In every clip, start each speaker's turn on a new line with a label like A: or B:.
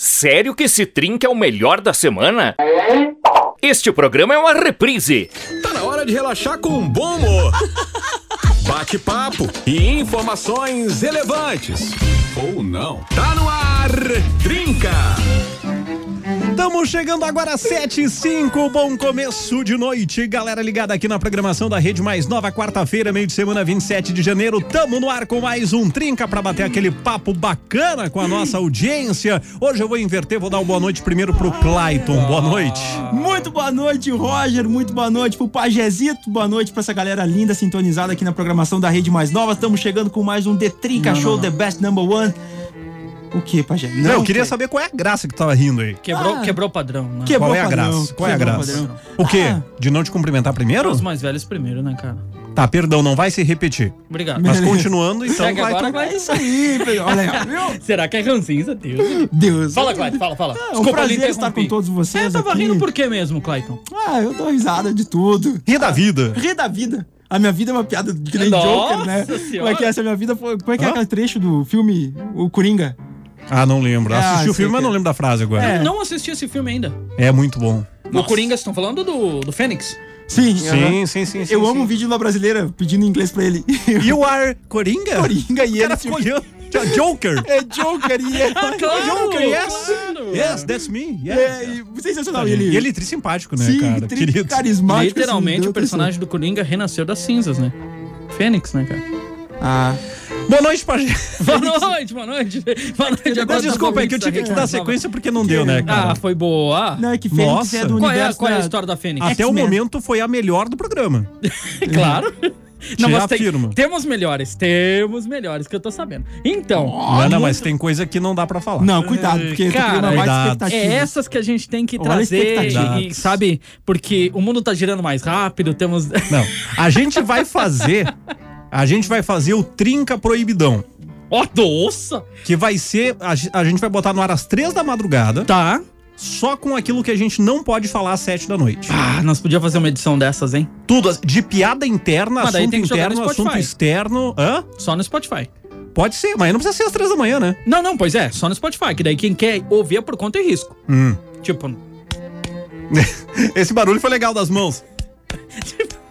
A: Sério que esse trinque é o melhor da semana? Este programa é uma reprise.
B: Tá na hora de relaxar com um bom humor. Bate-papo e informações relevantes. Ou não. Tá no ar. Trinca.
C: Estamos chegando agora às 7 e 5, bom começo de noite. Galera ligada aqui na programação da Rede Mais Nova, quarta-feira, meio de semana, 27 de janeiro. Tamo no ar com mais um Trinca para bater aquele papo bacana com a nossa audiência. Hoje eu vou inverter, vou dar uma boa noite primeiro pro Clayton. Boa noite.
D: Muito boa noite, Roger. Muito boa noite pro Pajezito. Boa noite pra essa galera linda sintonizada aqui na programação da Rede Mais Nova. Estamos chegando com mais um The Trinca Show, The Best Number One. O que, Pajé?
C: Não, eu queria
D: quer.
C: saber qual é a graça que tu tava rindo aí.
E: Quebrou,
D: Ah.
E: quebrou o padrão, né?
D: Quebrou
C: Qual é a
D: padrão,
C: graça? Qual é a
D: quebrou
C: graça?
D: padrão.
C: O quê?
D: Ah.
C: De não te cumprimentar primeiro?
E: Os mais velhos primeiro, né, cara?
C: Tá, perdão, não vai se repetir.
E: Obrigado.
C: Mas continuando, então,
E: Segue agora,
C: Clayton.
E: Clayton.
D: É isso aí, Pedro. olha aí, viu?
E: Será que é ranzinza, Deus?
D: Deus.
E: Fala, Clayton, fala, fala.
D: É um prazer
E: lhe
D: estar
E: interromper.
D: com todos vocês
E: É, eu tava
D: aqui.
E: rindo por quê mesmo, Clayton?
D: Ah, eu dou risada de tudo.
C: Rir da vida.
D: Ri da vida. A minha vida é uma piada de grande
E: Nossa
D: Joker, né? Como é que é
E: Senhora.
D: essa minha vida? foi- Como é que é
C: Hã?
D: aquele trecho do filme O Coringa?
C: Ah, não lembro.
D: Ah,
C: Assisti o
D: sei
C: filme, mas
D: que-
C: não lembro da frase agora.
D: É.
E: Não assisti esse filme ainda.
C: É, muito bom.
E: O Coringa, vocês estão falando do, do Fênix?
D: Sim, aham.
C: Sim, sim, sim. sim,
D: Eu
C: sim.
D: amo um vídeo de uma brasileira pedindo em inglês pra ele.
C: You are Coringa?
D: Coringa e
C: O cara Ah,
D: ele se-
C: ficou olhando. Joker.
D: É Joker e ele.
C: Joker, yes.
E: Ah, claro.
C: Yes, that's me. Yes.
D: É, e sensacional.
C: E
D: E ele,
C: ele, e ele é trisimpático, né,
D: sim,
C: cara?
D: tri-
C: Querido.
D: carismático.
E: Literalmente,
D: assim,
E: o personagem do Coringa renasceu das cinzas, né? Fênix, né, cara?
D: Ah,
C: Boa noite, Pajé.
E: Boa noite, boa noite. Boa noite.
C: Mas
E: agora tá
C: desculpa, é que eu
E: bonito,
C: tive que
E: tá
C: dar
E: renovado.
C: sequência porque não deu, né, cara?
E: Ah, foi boa.
D: não, é que Fênix
C: Nossa.
D: é do
E: Qual é, a-
D: universo.
E: qual é a
D: da-
E: história da Fênix?
C: Até o
D: X-Men.
C: momento foi a melhor do programa.
E: Claro. Não, mas tem-
C: afirmo.
E: temos melhores, temos melhores que eu tô sabendo. Então,
C: não, não, mas tem coisa que não dá pra falar.
D: Não, cuidado, porque
E: Cara,
D: tu cria uma
C: cuidado.
D: baita
E: é
D: expectativa.
E: essas que a gente tem que
D: Olha a
E: trazer,
D: expectativa.
E: e- e, sabe? Porque o mundo tá girando mais rápido, temos.
C: Não. A gente vai fazer. A gente vai fazer o Trinca Proibidão.
E: Ó, doça!
C: Que vai ser. A, ge- a gente vai botar no ar às três da madrugada,
E: Tá.
C: só com aquilo que a gente não pode falar às sete da noite.
E: Ah, nós podíamos fazer uma edição dessas, hein?
C: Tudo. as- De piada interna,
E: Mas daí
C: assunto
E: tem que jogar
C: interno,
E: no
C: assunto
E: Spotify.
C: externo. Hã?
E: Só no Spotify.
C: Pode ser, mas não precisa ser às três da manhã, né?
E: Não, não, pois é, só no Spotify, que daí quem quer ouvir é por conta e risco.
C: Hum.
E: Tipo,
C: Esse barulho foi legal das mãos.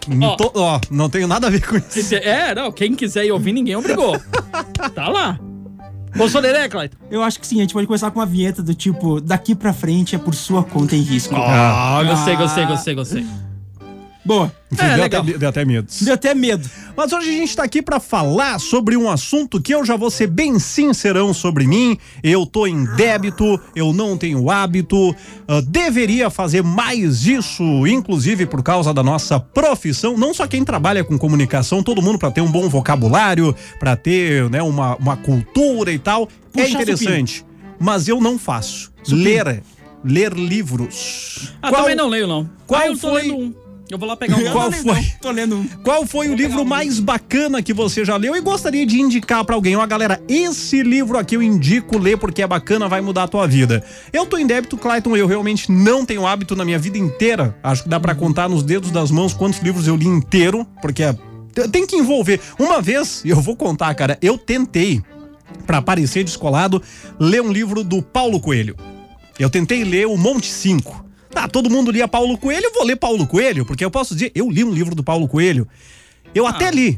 C: Não
E: Ó.
C: tô- ó, não tenho nada a ver com isso.
E: esse- é, não, quem quiser ir ouvir, ninguém obrigou. tá lá. Ô, Soleré, Clayton.
D: Eu acho que sim, a gente pode começar com uma vinheta do tipo, daqui pra frente é por sua conta em risco.
C: Ah,
E: Gostei, gostei, gostei, gostei.
D: Boa.
E: é,
C: deu, até,
E: legal.
C: deu até medo.
D: Deu até medo.
C: Mas hoje a gente tá aqui pra falar sobre um assunto que eu já vou ser bem sincerão sobre mim. Eu tô em débito, eu não tenho hábito, ah, deveria fazer mais isso, inclusive por causa da nossa profissão. Não só quem trabalha com comunicação, todo mundo pra ter um bom vocabulário, pra ter né, uma, uma cultura e tal. é
D: Puxar
C: interessante, mas eu não faço. Ler, ler livros.
E: Ah, também não leio, não.
C: qual
E: ah, eu tô
C: foi-
E: lendo um. Eu vou lá pegar um.
C: Qual
D: Eu
C: foi?
D: Não, tô lendo um.
C: Qual foi o livro mais bacana que você já leu e gostaria de indicar pra alguém? Ó, galera, esse livro aqui eu indico ler porque é bacana, vai mudar a tua vida. Eu tô em débito, Clayton, eu realmente não tenho hábito na minha vida inteira. Acho que dá pra contar nos dedos das mãos quantos livros eu li inteiro, porque é- tem que envolver. Uma vez, eu vou contar, cara, eu tentei, pra parecer descolado, ler um livro do Paulo Coelho. Eu tentei ler o Monte 5. Tá, todo mundo lia Paulo Coelho, eu vou ler Paulo Coelho, porque eu posso dizer, eu li um livro do Paulo Coelho. Eu até li,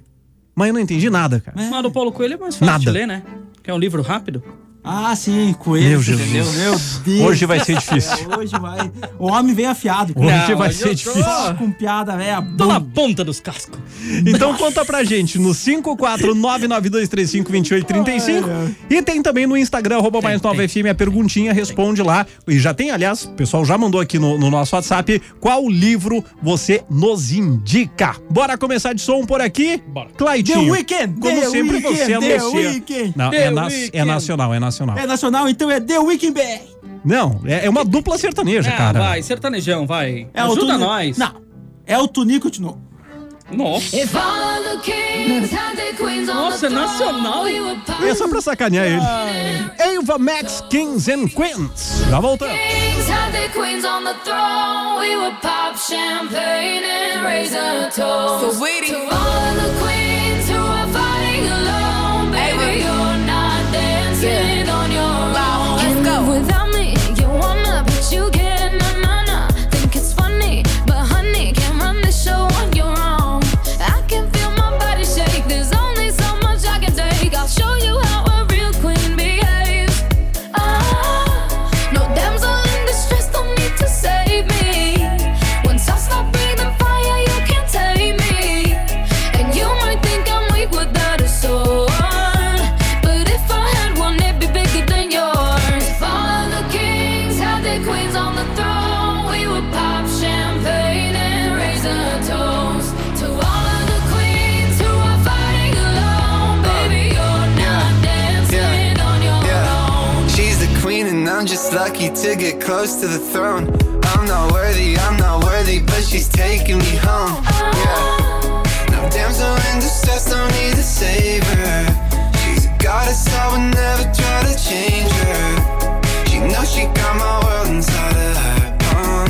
C: mas eu não entendi nada, cara.
E: Ah. Mas do Paulo Coelho é mais fácil
C: Nada.
E: de ler, né? Que é um livro rápido.
D: Ah, sim, coelho.
C: Meu Jesus.
D: entendeu? Meu Deus.
C: Hoje vai ser difícil.
D: É, hoje vai. O homem vem afiado.
C: Hoje
D: cara.
C: vai
E: eu
C: ser
E: tô-
C: difícil.
D: Com piada, né? velha.
E: Tô Tá na
D: bom.
E: ponta dos cascos.
C: Então conta pra gente no 54992352835 e tem também no Instagram arroba mais nova FM a perguntinha, responde lá. E já tem, aliás, o pessoal já mandou aqui no, no nosso WhatsApp qual livro você nos indica. Bora começar de som por aqui?
E: Bora.
C: Claitinho.
D: The Weeknd,
C: Como
D: The
C: sempre
D: Weeknd,
C: você
D: The
C: anuncia.
D: Weeknd,
C: Não,
E: The
C: é, nas- é
E: Weeknd.
C: nacional, é nacional.
D: É nacional, então é The Weekend BR.
C: Não, é, é uma dupla sertaneja,
E: ah,
C: cara.
E: vai, sertanejão, vai.
D: É
E: Ajuda
D: Tunico-
E: nós.
D: Não. É o Tunico de novo.
E: Nossa.
F: If all the kings had their queens on
E: Nossa,
F: the
E: nacional.
F: throne, we would
C: É
F: pop
C: só pra sacanear ele. Eva Max, Kings and Queens. Já voltamos.
F: kings had their queens on the throne. We would pop champagne and raise a toast.
G: So witty.
F: To all the queens who are fighting alone,
G: Hey,
F: baby,
G: wait.
F: you're not dancing on your own.
G: Let's
F: You
G: go.
F: live Without me, Ah,
G: just lucky to get close to the throne. I'm not worthy, I'm not worthy, but she's taking me home. Yeah. No damsel in distress, don't need a savior. She's a goddess, I would never try to change her. She knows she got my world inside of her palm,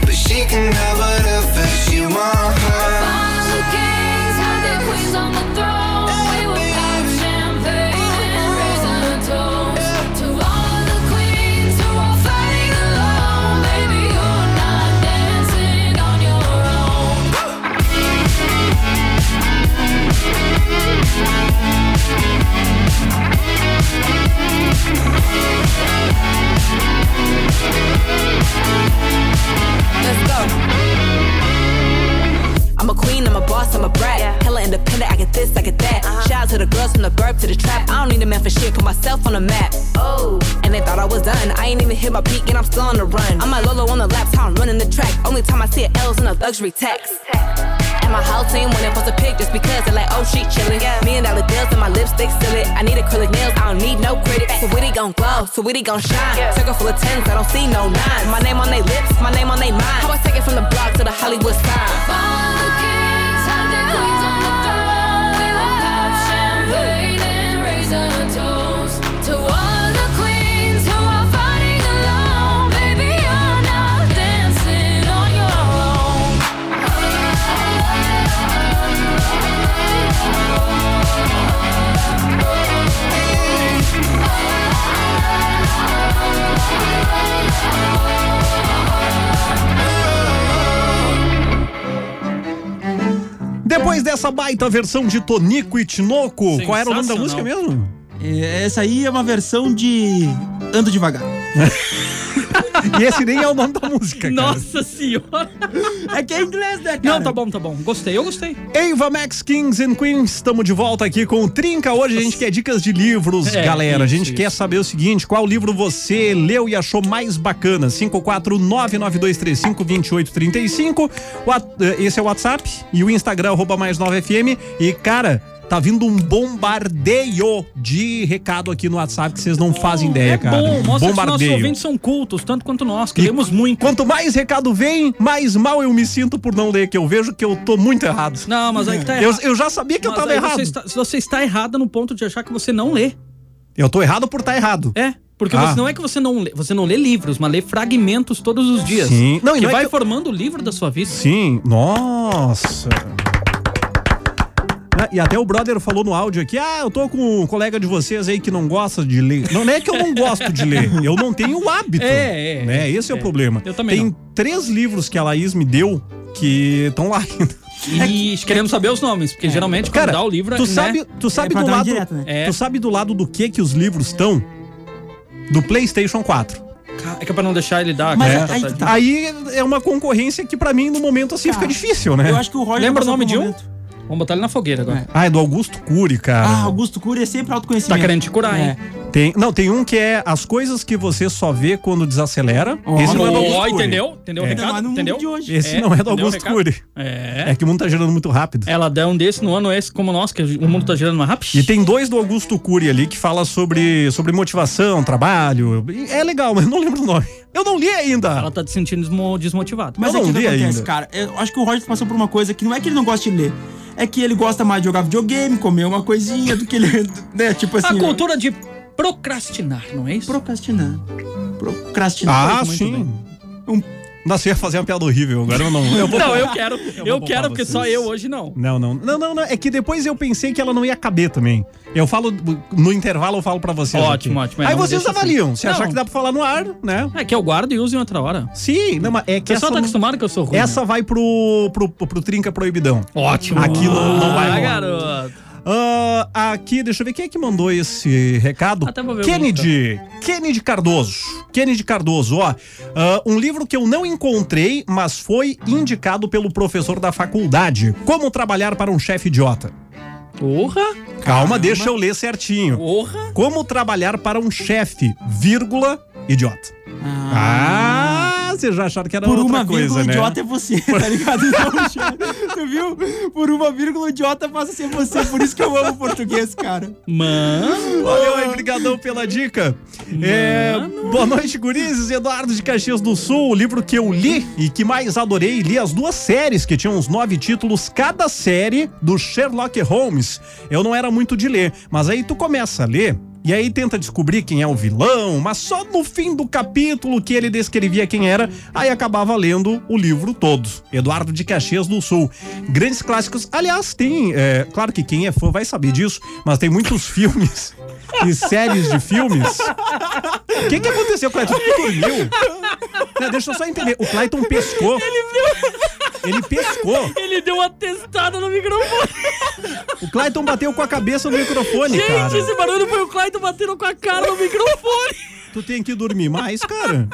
G: but she can have whatever she wants.
F: Final kings had their queens on the throne. We would pop champagne and raise a toast to all of the queens who are fighting alone. Baby, you're not dancing on your own.
H: Let's go. I'm a queen, I'm a boss, I'm a brat. Hella independent, I get this, I get that. Shout out to the girls from the burp to the trap. I don't need a man for shit, put myself on the map. Oh, and they thought I was done. I ain't even hit my peak, and I'm still on the run. I'm a Lolo on the laps, how I'm running the track. Only time I see a L's in a luxury tax. And my whole team when they post a pic just because they're like, oh, she chillin'. Million dollar deals and my lipstick still it. I need acrylic nails, I don't need no credit. So witty gon' glow, so witty gon' shine. Circle full of tens, I don't see no nines. My name on they lips, my name on they mind. How I take it from the block to the Hollywood sign.
F: Final kings had their queens on the throne. We would pop champagne and raise a toast to all of the queens who are fighting alone. Baby, you're not dancing on your own.
C: Depois dessa baita versão de Tonico e Tinoco, qual era o nome da música
E: Sensacional.
C: mesmo?
D: É, Essa aí é uma versão de Ando Devagar.
C: E esse nem é o nome da música, cara.
E: Nossa senhora!
D: É que é inglês, né, cara?
E: Não, tá bom, tá bom. Gostei, eu gostei.
C: Eva Max Kings and Queens, estamos de volta aqui com o Trinca. Hoje a gente quer dicas de livros,
E: É,
C: galera. a
E: isso,
C: gente
E: isso.
C: quer saber o seguinte: qual livro você leu e achou mais bacana? 54992352835. What- eh, Esse é o WhatsApp e o Instagram, arroba mais 9FM. E, cara. Tá vindo um bombardeio de recado aqui no WhatsApp que vocês não fazem ideia,
E: é
C: cara.
E: bom, mostra que os nossos
C: bombardeio.
E: ouvintes são cultos, tanto quanto nós. Queremos muito.
C: Quanto mais recado vem, mais mal eu me sinto por não ler, que eu vejo que eu tô muito errado.
E: Não, mas aí que tá
C: Eu,
E: errado.
C: eu já sabia que eu
E: Mas
C: tava
E: aí
C: errado.
E: Você está, você está errada no ponto de achar que você não lê.
C: Eu tô errado por estar errado.
E: É. Porque
C: Ah.
E: você não é que você não lê, você não lê livros, mas lê fragmentos todos os dias.
C: Sim. Não, e
E: que
C: não é
E: vai
C: que eu-
E: formando o livro da sua vida.
C: Sim, nossa. Ah, E até o brother falou no áudio aqui: ah, eu tô com um colega de vocês aí que não gosta de ler. Não, não é que eu não gosto de ler, eu não tenho o hábito.
E: É, é,
C: Né? Esse é, o
E: é.
C: problema.
E: Eu também
C: Tem
E: não.
C: três livros que a Laís me deu que estão lá ainda.
E: E
C: é
E: queremos saber os nomes, porque geralmente quando dá o livro...
C: tu
E: né?
C: sabe, tu sabe
D: É pra
C: do
D: dar uma
C: lado,
D: direta, né?
E: É.
C: tu sabe do lado do que que os livros estão? Do PlayStation 4.
E: Ca- É que é pra não deixar ele dar...
D: Mas
E: aquela
D: aí que
E: passagem.
D: tá.
C: Aí é uma concorrência que pra mim no momento assim
D: Cara,
C: fica difícil, né?
D: Eu acho que o Roger.
E: Lembra
D: passou
E: o nome
D: por
E: de um?
D: momento.
E: Vamos botar ele na fogueira agora.
C: Ah, é do Augusto Cury, cara.
D: Ah, Augusto Cury é sempre É. autoconhecimento.
E: Tá querendo te curar, hein?
C: Tem, não, tem um que é as coisas que você só vê quando desacelera. Esse não é do Augusto
E: Ó,
C: Cury.
E: entendeu? Entendeu o
C: É.
D: Não, mas
E: recado?
D: não
E: Entendeu?
D: de hoje.
C: Esse
E: É,
C: não é do
E: entendeu o
C: Augusto
E: recado?
C: Cury.
E: É.
C: É que o mundo tá girando muito rápido.
E: Ela dá um desse no ano esse como nós, que o mundo tá girando mais rápido.
C: E tem dois do Augusto Cury ali que fala sobre, sobre motivação, trabalho. E É legal, mas eu não lembro o nome. Eu não li ainda.
E: Ela tá te sentindo desmo- desmotivado.
D: Mas
C: Eu
D: é
C: não
D: que o
C: li
D: que acontece,
C: ainda.
D: cara. Eu acho que o Roger passou por uma coisa que não é que ele não gosta de ler. É que ele gosta mais de jogar videogame, comer uma coisinha do que ele. Né? Tipo assim.
E: a cultura de procrastinar, não é isso?
D: Procrastinar. Procrastinar.
C: Ah,
D: Muito
C: sim.
D: bem.
C: Um... Nossa, eu ia fazer uma piada horrível. Agora eu não. Eu vou...
E: Não, eu quero. Eu,
C: vou poupar
E: quero, porque só
C: vocês.
E: eu hoje não.
C: Não, não, não, não, não. É que depois eu pensei que ela não ia caber também. Eu falo, no intervalo eu falo pra vocês.
E: Ótimo,
C: aqui.
E: ótimo. É,
C: Aí
E: não
C: vocês
E: deixa assim.
C: avaliam. Se achar
E: Não.
C: que dá pra falar no ar, né?
E: É que eu guardo e uso em outra hora.
C: Sim, não, mas é
E: O
C: que
E: pessoal tá
C: essa,
E: acostumado que eu sou ruim. né?
C: essa vai pro, pro, pro, pro Trinca Proibidão.
E: Ótimo.
C: Aqui não- não vai
E: Ah,
C: rolar.
E: garoto.
C: Ah, aqui, deixa eu ver quem é que mandou esse recado.
E: Até vou ver o
C: Kennedy. Kennedy Cardoso. Kennedy Cardoso, ó. Ah, um livro que eu não encontrei, mas foi indicado pelo professor da faculdade. Como trabalhar para um chefe idiota.
E: Porra,
C: Calma, deixa eu ler certinho.
E: porra.
C: Como trabalhar para um chefe, vírgula, idiota. Ah, vocês já acharam que era
D: Por
C: outra
D: uma
C: coisa,
D: vírgula,
C: né?
D: idiota é você, tá ligado? Não, chama. tu viu? Por uma vírgula, idiota passa a ser você. Por isso que eu amo português, cara.
E: Mano,
C: Valeu aí, brigadão pela dica. É, boa noite, gurizes. Eduardo de Caxias do Sul, o livro que eu li e que mais adorei, li as duas séries que tinham uns nove títulos cada série do Sherlock Holmes. Eu não era muito de ler, mas aí tu começa a ler e aí tenta descobrir quem é o vilão, mas só no fim do capítulo que ele descrevia quem era, aí acabava lendo o livro todo. Eduardo de Caxias do Sul. Grandes clássicos. Aliás, tem. é, claro que quem é fã vai saber disso, mas tem muitos filmes e séries de filmes. O que, que aconteceu, Clayton? Tu dormiu? Não, deixa eu só entender. O Clayton pescou. Ele pescou.
E: ele deu uma testada no microfone.
C: O Clayton bateu com a cabeça no microfone,
E: Gente,
C: cara.
E: esse barulho foi o Clayton batendo com a cara no microfone.
C: Tu tem que dormir mais, cara.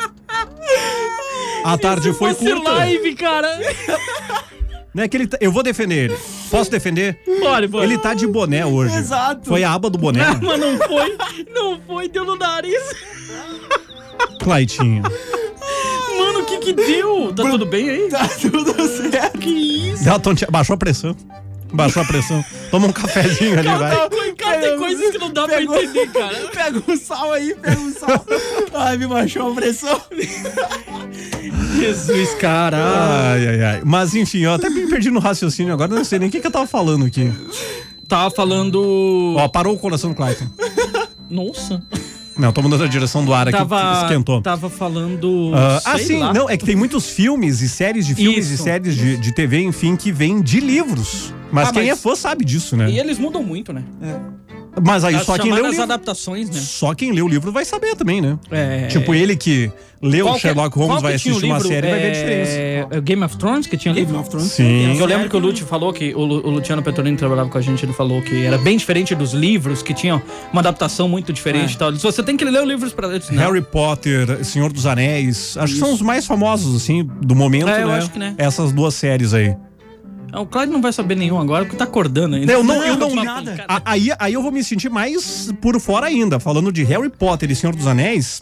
C: A
D: é
C: tarde foi
E: Fosse
C: curta.
E: live, cara.
C: Né, que ele tá- Eu vou defender ele. Posso defender?
E: Pode, pode.
C: Ele tá de boné hoje.
D: Exato.
C: Foi a aba do boné,
E: Ah, mas não foi. Não foi, deu no nariz.
C: Claitinho.
E: Mano, o que que deu? Tá tudo bem aí?
D: Tá tudo certo.
E: Que isso?
C: Dá uma tonte- Baixou a pressão. Baixou a pressão. Toma um cafezinho ali, vai.
E: Tem, cara,
C: é,
E: tem coisas que não dá pra
D: Pegou.
E: entender, cara.
D: Pega um sal aí, pega um sal. Ai, me baixou a pressão.
E: Jesus, cara.
C: Ai, ai, ai. Mas enfim, eu até me perdi no raciocínio agora, não sei nem o que, que eu tava falando aqui.
E: Tava Tá falando.
C: Ó, parou o coração do Clayton.
E: Nossa.
C: Não, tô mudando a direção do ar aqui,
E: Tava.
C: esquentou.
E: Tava falando.
C: Ah, ah,
E: sei
C: sim,
E: lá.
C: não, é que tem muitos filmes e séries de filmes e
E: Isso.
C: séries de, de TV, enfim, que vêm de livros. Mas
E: Ah,
C: quem
E: mas-
C: é fã sabe disso, né?
E: E tá eles mudam muito, né?
C: Mas aí
E: As
C: só quem leu o
E: chamadas
C: livro.
E: adaptações, né?
C: Só quem leu o livro vai saber também, né?
E: É.
C: Tipo, ele que leu
E: Qual que- é-
C: Sherlock
E: qual
C: Holmes
E: que
C: vai
E: tinha o
C: assistir uma
E: livro?
C: série e vai ver a
E: É,
C: diferença.
E: é Game of Thrones que tinha livro?
D: Game of Thrones.
C: Sim.
E: Eu lembro que o Lute falou que o, Lu- o Luciano Petrolino trabalhava com a gente, ele falou que era bem diferente dos livros, que tinha uma adaptação muito diferente e tal. Ele disse, você tem que ler os livros pra... Eu disse, não.
C: É. Harry Potter, Senhor dos Anéis, acho que são os mais famosos, assim, do momento,
E: É, eu
C: né?
E: acho que né.
C: Essas duas séries aí.
E: Ah, O Clyde não vai saber nenhum agora, porque tá acordando ainda.
C: Eu não, eu não
E: Uma
C: li
E: pancada.
C: A- Aí, aí eu vou me sentir mais por fora ainda, falando de Harry Potter e Senhor dos Anéis.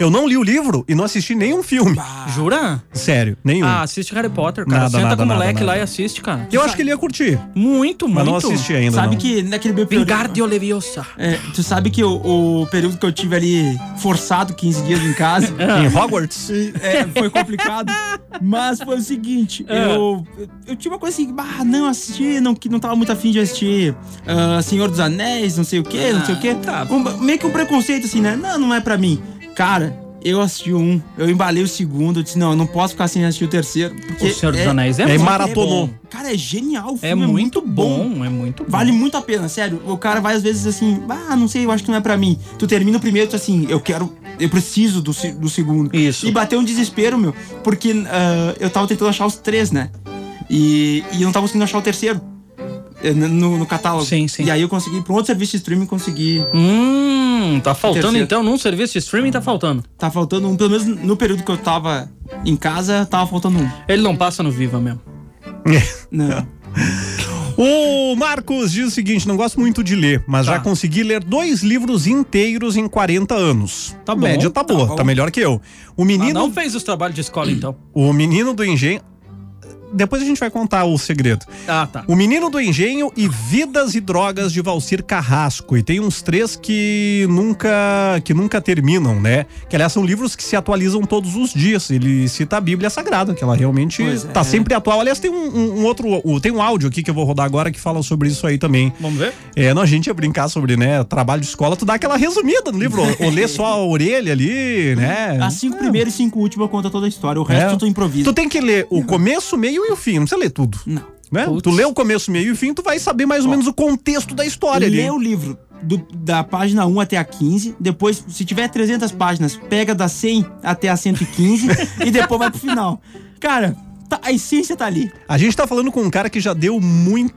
C: Eu não li o livro e não assisti nenhum filme.
E: Jura?
C: Sério, nenhum.
E: Ah, assiste Harry Potter, cara.
C: Nada,
E: Senta
C: nada,
E: com o
C: nada,
E: moleque
C: nada.
E: lá e assiste, cara.
C: eu acho que ele ia curtir,
E: Muito, muito.
C: mas não assisti ainda. não.
D: Sabe que naquele meu período-
E: Vingarde Oleviosa.
D: É, tu sabe que o, o período que eu tive ali forçado 15 dias em casa
E: Ah.
C: Em Hogwarts?
D: é, foi complicado. Mas foi o seguinte,
E: Ah.
D: eu, eu tinha uma coisa assim, bah, não assisti, não, que não tava muito afim de assistir ah, Senhor dos Anéis, não sei o que, não sei o que.
E: tá.
D: meio que um preconceito assim, né? Não, não é pra mim. Cara, eu assisti um, eu embalei o segundo, eu disse, não, eu não posso ficar sem assistir o terceiro. Porque
E: O Senhor dos Anéis é,
C: Aí
E: muito
C: maratonou.
E: bom.
D: Cara, é genial, o
E: É,
D: filme
E: muito bom, é muito bom.
D: Vale muito a pena, sério. O cara vai às vezes assim, ah, não sei, eu acho que não é pra mim. Tu termina o primeiro, tu assim, eu quero, eu preciso do, se- do segundo.
E: Isso.
D: E bateu um desespero, meu, porque ah, eu tava tentando achar os três, né? E, e eu não tava conseguindo achar o terceiro eh, no- no, no catálogo.
E: Sim, sim.
D: E aí eu consegui, pra um outro serviço de streaming, consegui.
E: Hum, tá faltando
D: Terceiro.
E: então, num serviço de streaming tá faltando.
D: Tá faltando um, pelo menos no período que eu tava em casa, tava faltando um. né?
E: Ele não passa no Viva mesmo.
D: Não.
C: O Marcos diz o seguinte: não gosto muito de ler, mas
E: Tá.
C: já consegui ler dois livros inteiros em 40 anos. Tá
E: bom,
C: Média tá,
E: tá
C: boa,
E: bom.
C: tá melhor que eu. O
E: Ah,
C: menino,
E: não fez os trabalhos de escola então.
C: o menino do engenho. Depois a gente vai contar o segredo.
E: Ah, tá.
C: O Menino do Engenho e Vidas e Drogas de Valcir Carrasco. E tem uns três que nunca que nunca terminam, né? Que aliás são livros que se atualizam todos os dias. Ele cita a Bíblia Sagrada, que ela realmente
D: Pois é.
C: tá sempre atual. Aliás, tem um, um- um outro, o- tem um áudio aqui que eu vou rodar agora que fala sobre isso aí também.
E: Vamos ver?
C: É, não, a gente ia brincar sobre, né, trabalho de escola, tu dá aquela resumida no livro, ou lê só a orelha ali, né?
D: As cinco
C: É.
D: primeiras e cinco últimas conta toda a história, o resto tu improvisa.
C: Tu tem que ler o começo, o meio e o fim, não precisa ler tudo.
D: Não.
C: Né?
E: Putz.
C: Tu lê o começo, meio e fim, tu vai saber mais ou menos o contexto da história ali.
D: Lê o livro do- da página 1 até a 15. Depois, se tiver 300 páginas, pega da 100 até a 115 e depois vai pro final. Cara, tá- a essência tá ali.
C: A gente tá falando com um cara que já deu muito.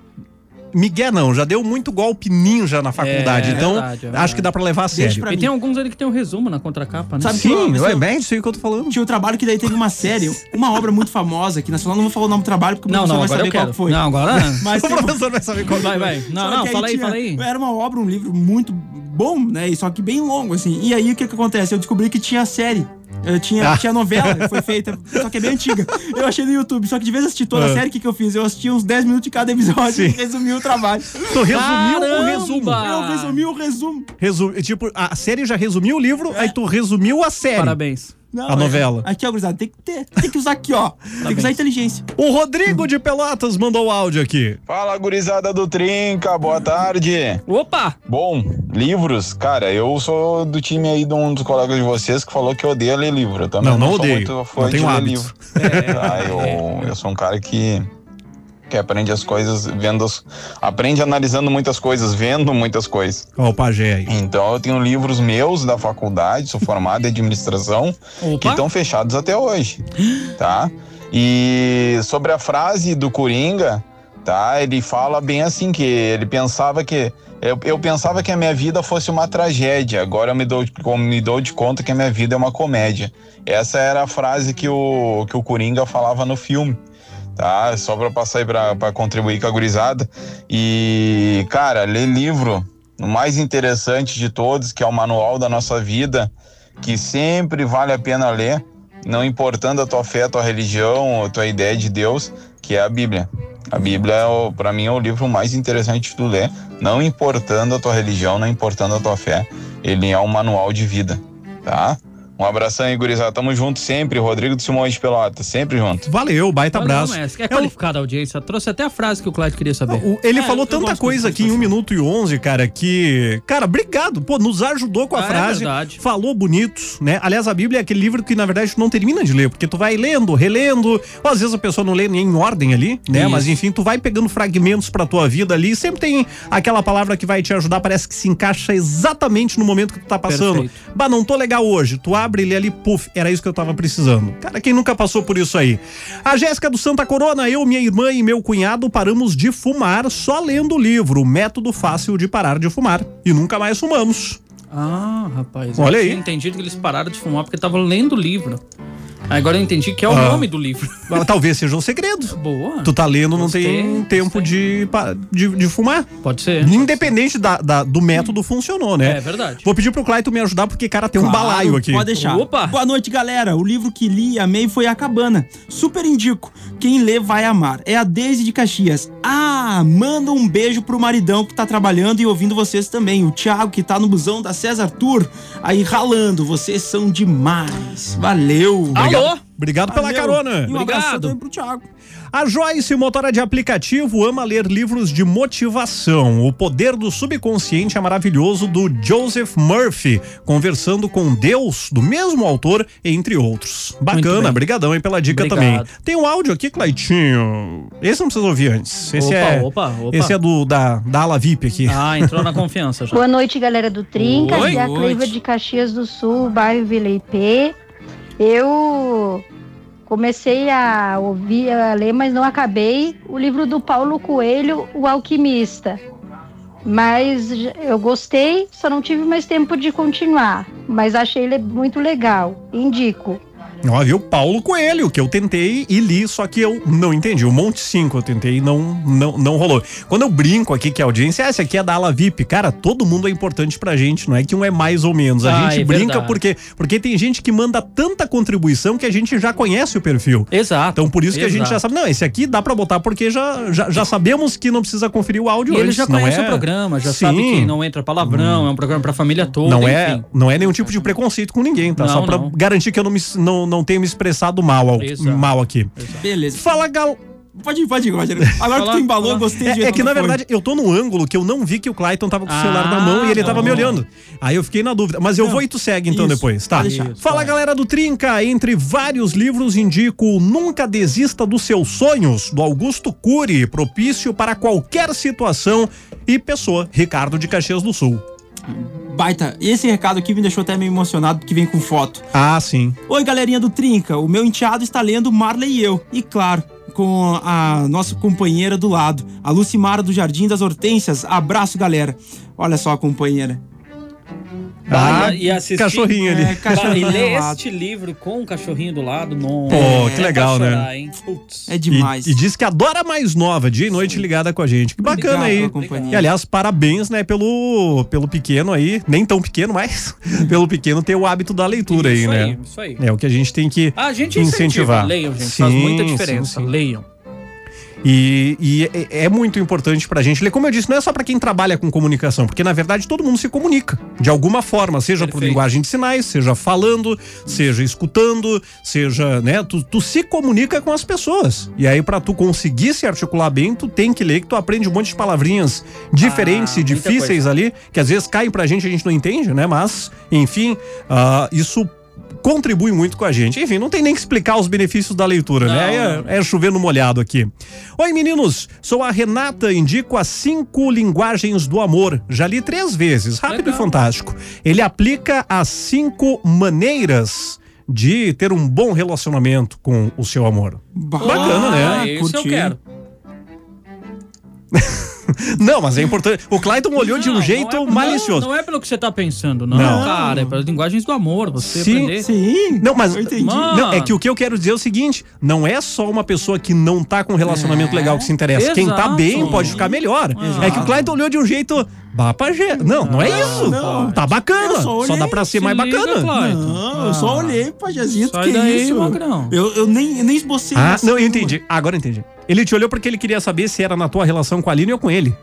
C: Miguel não, já deu muito golpe ninja na faculdade.
E: É,
C: então,
E: verdade, é
C: acho que dá pra levar a
D: Deixa
C: sério.
D: pra
E: E
D: mim.
E: tem alguns ali que tem um resumo na contracapa, né?
D: Sabe que
C: Sim,
D: eu,
C: eu, é bem isso aí que eu tô falando.
D: tinha um trabalho que daí teve uma série, uma obra muito famosa, que nacional não vou falar o nome do trabalho, porque o
E: Não,
D: professor
E: não,
D: vai
E: agora
D: saber
E: eu
D: qual
E: quero.
D: que foi.
E: Não, agora.
D: Mas
C: o
D: teve uma-
C: professor vai saber é. qual
E: Vai, vai. Não,
D: Só
E: não,
D: que
E: fala aí,
D: tinha-
E: fala aí.
D: Era uma obra, um livro muito bom, né? E só que bem longo, assim. E aí o que, que acontece? Eu descobri que tinha a série. Eu
C: Ah.
D: tinha, tinha novela que foi feita, só que é bem antiga. Eu achei no YouTube, só que de vez eu assisti toda
C: Ah.
D: a série, o que, que eu fiz? Eu assisti uns 10 minutos de cada episódio e resumi o trabalho.
C: Tu resumiu o
E: Caramba!
C: resumo.
E: Ah.
D: Eu resumi o resumo.
C: Resu- Tipo, a série já resumiu o livro, aí tu resumiu a série.
E: É. Parabéns.
D: Não,
C: A novela.
D: Aqui, ó, gurizada, tem que, ter, tem que usar aqui, ó. Tem que usar a inteligência.
C: O Rodrigo de Pelotas mandou o áudio aqui.
I: Fala, gurizada do Trinca, boa tarde.
E: Opa!
I: Bom, livros, cara, eu sou do time aí de um dos colegas de vocês que falou que odeia ler livro. Eu também
C: Não, não
I: sou
C: odeio.
I: muito fã
C: Não
I: de
C: tenho
I: ler
C: hábitos. É,
I: livro. Ah, eu, eu sou um cara que, que aprende as coisas vendo, as- aprende analisando muitas coisas, vendo muitas coisas.
C: Ó, o pajé aí.
I: Então eu tenho livros meus da faculdade, sou formado em administração, que
C: Então,
E: Opa!
I: estão fechados até hoje, tá? E sobre a frase do Coringa, tá? Ele fala bem assim que ele pensava que eu, eu pensava que a minha vida fosse uma tragédia, agora eu me dou, de- me dou de conta que a minha vida é uma comédia. Essa era a frase que o, que o Coringa falava no filme. Tá, só pra passar aí pra, pra contribuir com a gurizada. E, cara, ler livro, o mais interessante de todos, que é o manual da nossa vida, que sempre vale a pena ler, não importando a tua fé, a tua religião, a tua ideia de Deus, que é a Bíblia. A Bíblia, é para mim, é o livro mais interessante de tu ler, não importando a tua religião, não importando a tua fé. Ele é um manual de vida, tá? Um abração aí, gurizada. Tamo junto sempre. Rodrigo de Simões de Pelota, sempre junto.
C: Valeu, baita
E: Valeu,
C: abraço.
E: mestre.
C: É
E: É
C: o-
E: qualificada a audiência. Trouxe até a frase que o Clyde queria saber.
C: O- Ele
D: É,
C: falou
D: eu
C: tanta
D: gosto
C: coisa
D: dessa
C: aqui em 1 minuto e 11, cara, que. Cara, obrigado. Pô, nos ajudou com a
E: Ah, é
C: frase.
E: verdade.
C: Falou bonitos, né? Aliás, a Bíblia é aquele livro que, na verdade, tu não termina de ler, porque tu vai lendo, relendo. Ou às vezes a pessoa não lê nem em ordem ali, né?
E: Isso.
C: Mas enfim, tu vai pegando fragmentos pra tua vida ali. Sempre tem aquela palavra que vai te ajudar, parece que se encaixa exatamente no momento que tu tá passando.
E: Perfeito.
C: Bah, não tô legal hoje. Tu abre ele ali, puf, era isso que eu tava precisando. Cara, quem nunca passou por isso aí? A Jéssica do Santa Corona, eu, minha irmã e meu cunhado paramos de fumar só lendo o livro, o método fácil de parar de fumar. E nunca mais fumamos.
E: Ah, rapaz.
C: Olha
E: eu
C: aí.
E: tinha entendido que eles pararam de fumar porque estavam lendo o livro. Agora eu entendi que é o
C: Ah.
E: nome do livro.
C: Mas Talvez seja um segredo.
E: Boa.
C: Tu tá lendo, não
E: Gostei,
C: tem tempo de, pa- de, de fumar.
E: Pode ser.
C: Independente da, da- do método, funcionou, né?
E: É verdade.
C: Vou pedir pro Clayton me ajudar, porque, cara, tem um
D: Claro,
C: balaio aqui.
D: Pode deixar.
E: Opa!
D: Boa noite, galera. O livro que li e amei foi A Cabana. Super indico. Quem lê vai amar. É a Daisy de Caxias. Ah, manda um beijo pro maridão que tá trabalhando e ouvindo vocês também. O Thiago que tá no busão da César Tour. Aí ralando. Vocês são demais. Valeu.
E: Alô?
C: Obrigado pela
E: Ah,
D: Valeu.
C: carona.
D: E um abraço
E: Obrigado.
D: também pro Thiago.
C: A Joyce, motora de aplicativo, ama ler livros de motivação. O Poder do Subconsciente é maravilhoso, do Joseph Murphy, conversando com Deus, do mesmo autor, entre outros.
E: Muito
C: Bacana,
E: bem.
C: brigadão, hein, pela dica
E: Obrigado.
C: também. Tem um áudio aqui, Claitinho. Esse não precisa ouvir antes. Esse
E: Opa,
C: é,
E: opa, opa.
C: Esse é do, da, da ala VIP aqui.
E: Ah, entrou na confiança já.
J: Boa noite, galera do Trinca.
E: Oi,
J: Aqui é a
E: boa
J: Cleiva
E: noite.
J: de Caxias do Sul, bairro Vila IP. Eu comecei a ouvir, a ler, mas não acabei, o livro do Paulo Coelho, O Alquimista. Mas j- eu gostei, só não tive mais tempo de continuar. Mas achei ele muito legal. Indico.
C: Ó, viu? Paulo Coelho, que eu tentei e li, só que eu não entendi. O Monte 5 eu tentei e não, não, não rolou. Quando eu brinco aqui que a audiência, "Ah, essa aqui é da ala VIP, cara, todo mundo é importante pra gente, não é que um é mais ou menos. A
E: Ah,
C: gente
E: é
C: brinca
E: verdade.
C: porque, porque tem gente que manda tanta contribuição que a gente já conhece o perfil.
E: Exato.
C: Então por isso que a gente
E: exato.
C: já sabe. Não, esse aqui dá pra botar porque já, já, já sabemos que não precisa conferir o áudio
E: E ele
C: antes,
E: já
C: não
E: conhece
C: é-
E: o programa, já
C: Sim. Hum.
E: sabe que não entra palavrão, é um programa pra família toda,
C: Não
E: enfim.
C: é, não é nenhum tipo de preconceito com ninguém, tá?
E: Não,
C: Só pra
E: não.
C: garantir que eu não, me, não, não tenha me expressado mal, ao-
E: Exato.
C: mal aqui.
D: Beleza.
C: Fala, gal.
D: Pode ir, pode ir, Rogério. Agora que
E: Fala,
D: tu embalou,
E: fala.
D: gostei do
C: É,
D: jeito
C: é que,
D: tu
C: na
D: foi.
C: verdade, eu tô num ângulo que eu não vi que o Clayton tava com o
E: Ah,
C: celular na mão e ele tava
E: não.
C: me olhando. Aí eu fiquei na dúvida. Mas eu vou e tu segue então
D: Isso,
C: depois, tá?
D: pode deixar.
C: Fala, galera do Trinca. Entre vários livros, indico o Nunca Desista dos Seus Sonhos, do Augusto Cury, propício para qualquer situação e pessoa. Ricardo de Caxias do Sul.
D: Baita. Esse recado aqui me deixou até meio emocionado, porque vem com foto.
C: Ah, sim.
D: Oi, galerinha do Trinca. O meu enteado está lendo Marley e eu. E claro, com a nossa companheira do lado, a Lucimara do Jardim das Hortênsias. Abraço, galera. Olha só a companheira.
E: Bah,
C: Ah,
E: e assistir-
C: cachorrinho ali.
D: É,
E: Bah, e
D: cachorrinho
E: ler
D: enrolado.
E: este livro com o cachorrinho do lado,
C: Pô,
E: não.
C: que
E: É pra
C: legal, né?
E: chorar, hein? Putz.
D: É
C: E-
D: demais.
C: E, diz que adora a mais nova, dia e noite ligada com a gente. Que bacana
D: Obrigado
C: aí.
D: pela companhia.
C: E aliás, parabéns, né, pelo, pelo pequeno aí, nem tão pequeno, mas pelo pequeno ter o hábito da leitura aí,
E: isso
C: né?
E: aí, isso aí. Ah,
C: É o que a gente tem que
E: A gente
C: incentivar.
E: incentiva. Leiam, gente. faz muita
C: Sim,
E: diferença.
C: sim, sim.
E: Leiam.
C: E, e é, é muito importante pra gente ler. Como eu disse, não é só pra quem trabalha com comunicação, porque na verdade todo mundo se comunica de alguma forma, seja por
E: Perfeito.
C: linguagem de sinais, seja falando, seja escutando, seja, né? Tu, tu se comunica com as pessoas. E aí, pra tu conseguir se articular bem, tu tem que ler, que tu aprende um monte de palavrinhas diferentes
E: Ah,
C: e
E: muita
C: difíceis ali, que às vezes caem pra gente e a gente não entende, né? Mas, enfim, ah, isso. Contribui muito com a gente. Enfim, não tem nem que explicar os benefícios da leitura, né?
E: Não,
C: Aí é-
E: não.
C: é chover no molhado aqui. Oi, meninos. Sou a Renata, indico as cinco linguagens do amor. Já li três vezes, rápido e
E: Legal.
C: fantástico. Ele aplica as cinco maneiras de ter um bom relacionamento com o seu amor. Bacana, né?
E: Ah, Isso eu
D: Curti.
E: quero.
C: Não, mas é importante. O Clayton olhou de
E: Não,
C: um
E: não
C: jeito
E: é- não-
C: malicioso.
E: Não, é pelo que você tá pensando, não.
C: Não.
E: Cara, é pelas linguagens do amor. Você
C: Sim,
E: aprender.
D: Sim.
C: Não, mas.
D: Eu entendi.
E: Mano.
C: Não, é que o que eu quero dizer é o seguinte: não é só uma pessoa que não tá com um relacionamento legal que se interessa. Quem tá
E: É, Exato.
C: bem pode ficar melhor. É que o Clayton olhou de um jeito. Bah, pra ge- Não, não é isso.
D: não.
C: Tá bacana.
D: Eu só
C: Só,
D: olhei,
C: dá pra ser
E: Se
C: mais
E: liga,
C: bacana.
E: Clayton.
D: Não, eu só olhei pra Jazito,
E: Ah, Sai
D: que
E: daí,
D: isso?
E: magrão.
D: Eu, eu nem, eu nem esbocei
C: Ah,
D: essa.
C: não, eu entendi. Agora eu entendi. Ele te olhou porque ele queria saber se era na tua relação com a Aline ou com ele.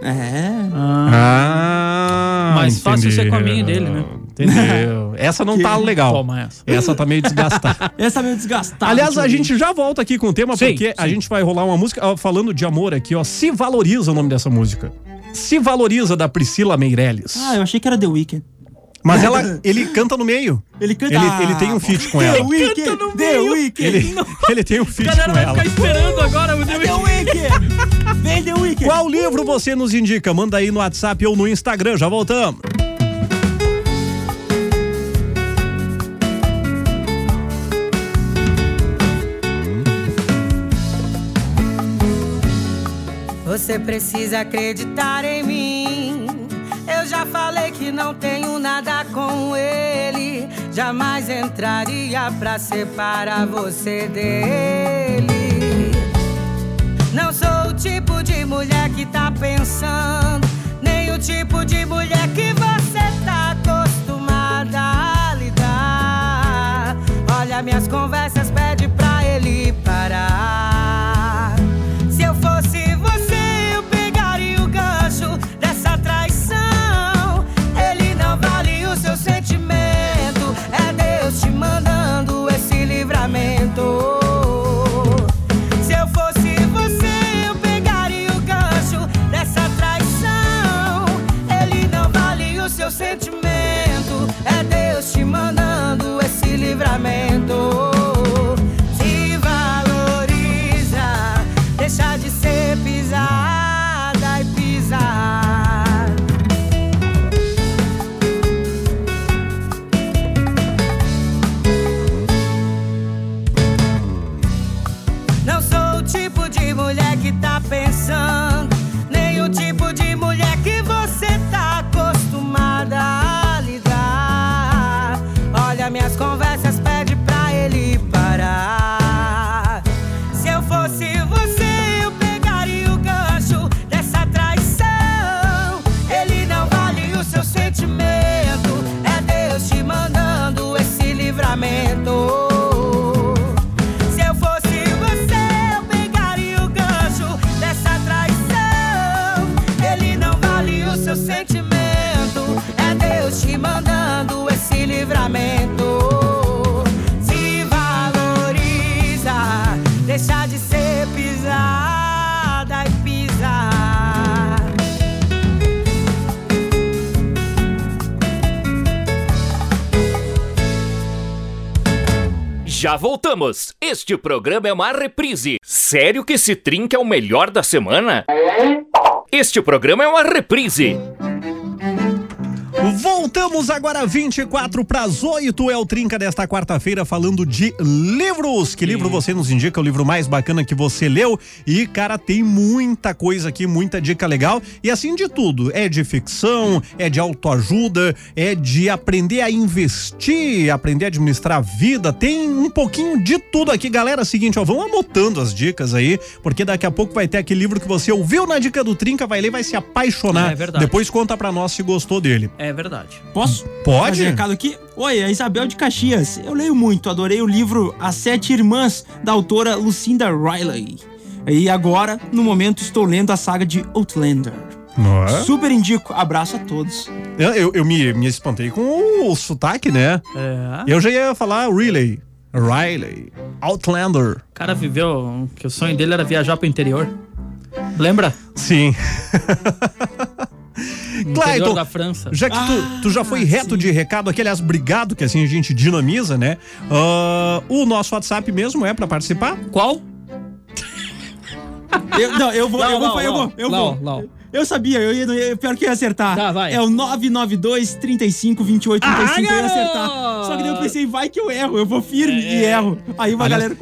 D: É.
C: Ah.
E: Mais fácil ser com a minha e dele, né?
C: Entendeu? Essa não tá legal.
E: Toma essa.
C: Essa tá meio desgastada.
D: Essa é meio desgastada.
C: Aliás, a
D: tipo,
C: gente já volta aqui com o tema,
E: Sim,
C: porque a
E: sim.
C: gente vai rolar uma música ó, falando de amor aqui, ó. Se valoriza o nome dessa música. Se valoriza da Priscila Meirelles.
D: Ah, eu achei que era The Weeknd.
C: Mas ela, ele canta no meio.
D: Ele canta.
C: Ele,
D: Ah,
C: ele tem um feat com
D: The
C: ela.
D: Weeknd!
E: no
D: The
E: meio.
D: Weeknd!
C: Ele, ele tem um feat
E: A galera
C: com
E: vai
C: ela.
E: ficar esperando agora. Meu Deus.
D: The Weeknd! Vem The Weeknd!
C: Qual livro você nos indica? Manda aí no WhatsApp ou no Instagram. Já voltamos.
H: Você precisa acreditar em mim. Eu já falei que não tenho nada com ele. Jamais entraria pra separar você dele. Não sou o tipo de mulher que tá pensando, nem o tipo de mulher que você tá acostumada a lidar. Olha minhas conversas, pede pra ele parar. Se eu fosse você, eu pegaria o gancho dessa traição. Ele não vale o seu sentimento, é Deus te mandando esse livramento. Se eu fosse você, eu pegaria o gancho dessa traição. Ele não vale o seu sentimento. É Deus te mandando esse livramento. Se valoriza, deixa de ser pisada e pisar. Não sou o tipo de mulher que tá pensando, nem o tipo de mulher que você tá acostumada a lidar. Olha minhas conversas, pede pra ele parar. Se eu fosse você, eu pegaria o gancho dessa traição. Ele não vale o seu sentimento, é Deus te mandando esse livramento. Se eu fosse você, eu pegaria o gancho dessa traição. Ele não vale o seu sentimento. É Deus te mandando esse livramento. Se valoriza, deixa de ser pisada e pisar.
A: Já voltamos. Este programa é uma reprise. Sério que esse trinca é o melhor da semana? Este programa é uma reprise.
C: Voltamos agora 24 para as 8 é o trinca desta quarta-feira falando de livros. Que livro você nos indica? O livro mais bacana que você leu? E cara, tem muita coisa aqui, muita dica legal e assim de tudo. É de ficção, é de autoajuda, é de aprender a investir, aprender a administrar a vida. Tem um pouquinho de tudo aqui, galera. é Seguinte, ó, vão anotando as dicas aí, porque daqui a pouco vai ter aquele livro que você ouviu na dica do trinca, vai ler, vai se apaixonar.
E: É verdade.
C: Depois conta pra nós se gostou dele.
E: É verdade.
D: Posso?
C: Pode?
D: Fazer um recado aqui? Oi, é Isabel de Caxias. Eu leio muito, adorei o livro As Sete Irmãs, da autora Lucinda Riley. E agora, no momento, estou lendo a saga de Outlander. Super indico. Abraço a todos.
C: Eu, eu, eu me, me espantei com o, o sotaque, né?
E: É.
C: Eu já ia falar Riley. Riley. Outlander.
E: O cara viveu que o sonho dele era viajar pro interior. Lembra?
C: Sim.
E: interior
C: Clayton,
E: da França.
C: já que tu, tu já foi reto de recado aqui, aliás, obrigado, que assim a gente dinamiza, né? Ah, o nosso WhatsApp mesmo é pra participar?
E: Qual?
D: Eu- não, eu vou,
E: Não,
D: eu vou,
E: não,
D: eu vou,
E: não.
D: eu
E: Não,
D: vou.
E: não.
D: Eu sabia, eu ia, eu, pior que eu ia acertar.
E: Tá, vai.
D: É o 992 35 28 35 eu ia
E: garoto!
D: acertar. Só que daí eu pensei, vai que eu erro, eu vou firme
E: É,
D: e erro. Aí uma galera.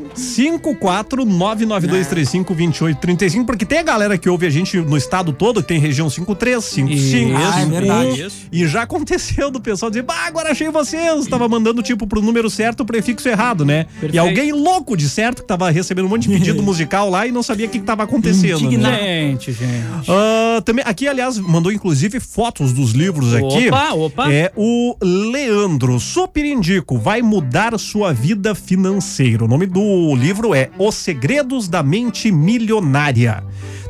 C: 54992352835, porque tem a galera que ouve a gente no estado todo, que tem região 53, 55.
D: Ah, é verdade.
E: Isso.
C: E já aconteceu do pessoal dizer, bah, agora achei vocês. Tava mandando, tipo, pro número certo o prefixo errado, né? E
E: Perfeito.
C: alguém louco de certo que tava recebendo um monte de pedido musical lá e não sabia o que, que tava acontecendo. né?
D: Indignado.
E: Gente, gente.
C: Ah, também, aqui, aliás, mandou inclusive fotos dos livros aqui.
E: Opa, opa.
C: É o Leandro. Super indico. Vai mudar sua vida financeira. O nome do livro é Os Segredos da Mente Milionária.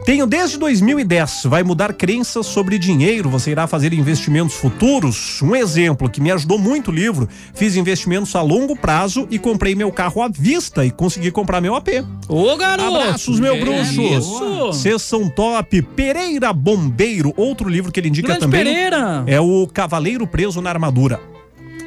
C: Tenho desde 2010. Vai mudar crenças sobre dinheiro. Você irá fazer investimentos futuros. Um exemplo que me ajudou muito o livro. Fiz investimentos a longo prazo e comprei meu carro à vista e consegui comprar meu AP.
E: Ô, garoto!
C: Abraços, meu
E: É
C: bruxo.
E: Isso!
C: Vocês são top. Pereira Bombeiro, outro livro que ele indica
E: Grande
C: também.
E: Pereira!
C: É o Cavaleiro Preso na Armadura.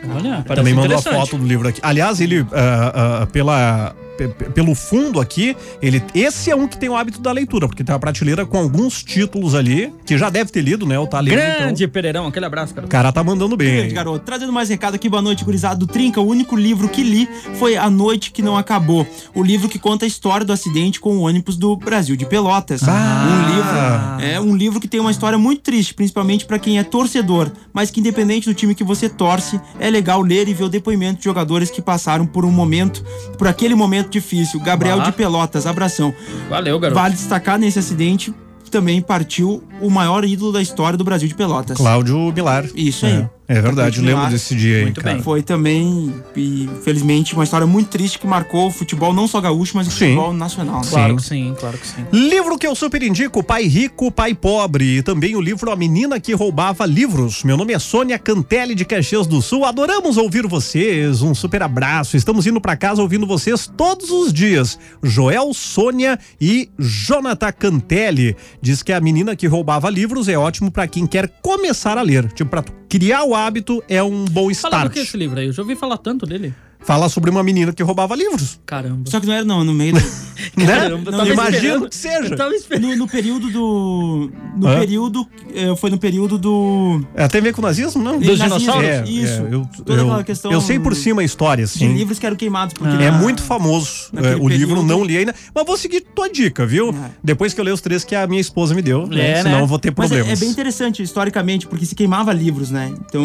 E: Olha, parece
C: também mandou a
E: interessante.
C: foto do livro aqui. Aliás, ele, ah, ah, pela, pe- pe- pelo fundo aqui, ele, esse é um que tem o hábito da leitura, porque tem uma prateleira com alguns títulos ali, que já deve ter lido, né? O tá lendo,
E: Grande
C: então.
E: Pereirão, aquele abraço, cara.
C: O cara tá mandando bem.
D: Grande
C: hein?
D: garoto. Trazendo mais recado aqui, boa noite, gurizada do Trinca. O único livro que li foi A Noite Que Não Acabou. O livro que conta a história do acidente com o ônibus do Brasil de Pelotas.
E: Ah.
D: Um livro. É um livro que tem uma história muito triste, principalmente pra quem é torcedor, mas que independente do time que você torce, é legal ler e ver o depoimento de jogadores que passaram por um momento, por aquele momento difícil. Gabriel
E: Bah.
D: de Pelotas, abração.
E: Valeu, garoto.
D: Vale destacar nesse acidente também partiu o maior ídolo da história do Brasil de Pelotas.
C: Cláudio Milar.
D: Isso aí.
C: É, é verdade,
D: Cláudio
C: lembro
D: Milar.
C: desse dia, hein,
E: Muito
C: cara.
E: bem.
D: Foi também, e, felizmente, uma história muito triste que marcou o futebol não só gaúcho, mas o
C: Sim.
D: futebol nacional. né?
E: Claro que sim, claro que sim.
C: Livro que eu super indico, Pai Rico, Pai Pobre. E também o livro A Menina que Roubava Livros. Meu nome é Sônia Cantelli de Caxias do Sul. Adoramos ouvir vocês. Um super abraço. Estamos indo pra casa ouvindo vocês todos os dias. Joel, Sônia e Jonathan Cantelli. Diz que A Menina que Roubava Livros é ótimo pra quem quer começar a ler. Tipo, pra tu criar o hábito é um bom
E: Fala do
C: start.
E: que esse livro aí? Eu já ouvi falar tanto dele.
C: Fala sobre uma menina que roubava livros.
E: Caramba.
D: Só que não era não, no meio do,
C: Né?
E: Caramba, eu
C: Não
E: tava
C: imagino
E: esperando.
C: que seja.
E: Eu tava esperando.
D: no, no período do. No
C: Hã?
D: período. eh, Foi no período do.
C: É, tem a ver com nazismo, não?
D: Dos
C: Nazismo,
D: dinossauros?
C: É,
D: Isso.
C: é, eu,
D: Toda aquela
C: eu-
D: questão
C: eu sei por cima a história,
D: De
C: assim.
D: livros que eram queimados. Porque
C: É muito famoso.
D: Naquele
C: é, o livro
D: período.
C: não li ainda. Mas vou seguir tua dica, viu?
D: É.
C: Depois que eu ler os três que a minha esposa me deu. né?
E: É, né?
C: Senão eu vou ter
D: Mas é,
C: problemas.
D: é bem interessante, historicamente, porque se queimava livros, né? Então,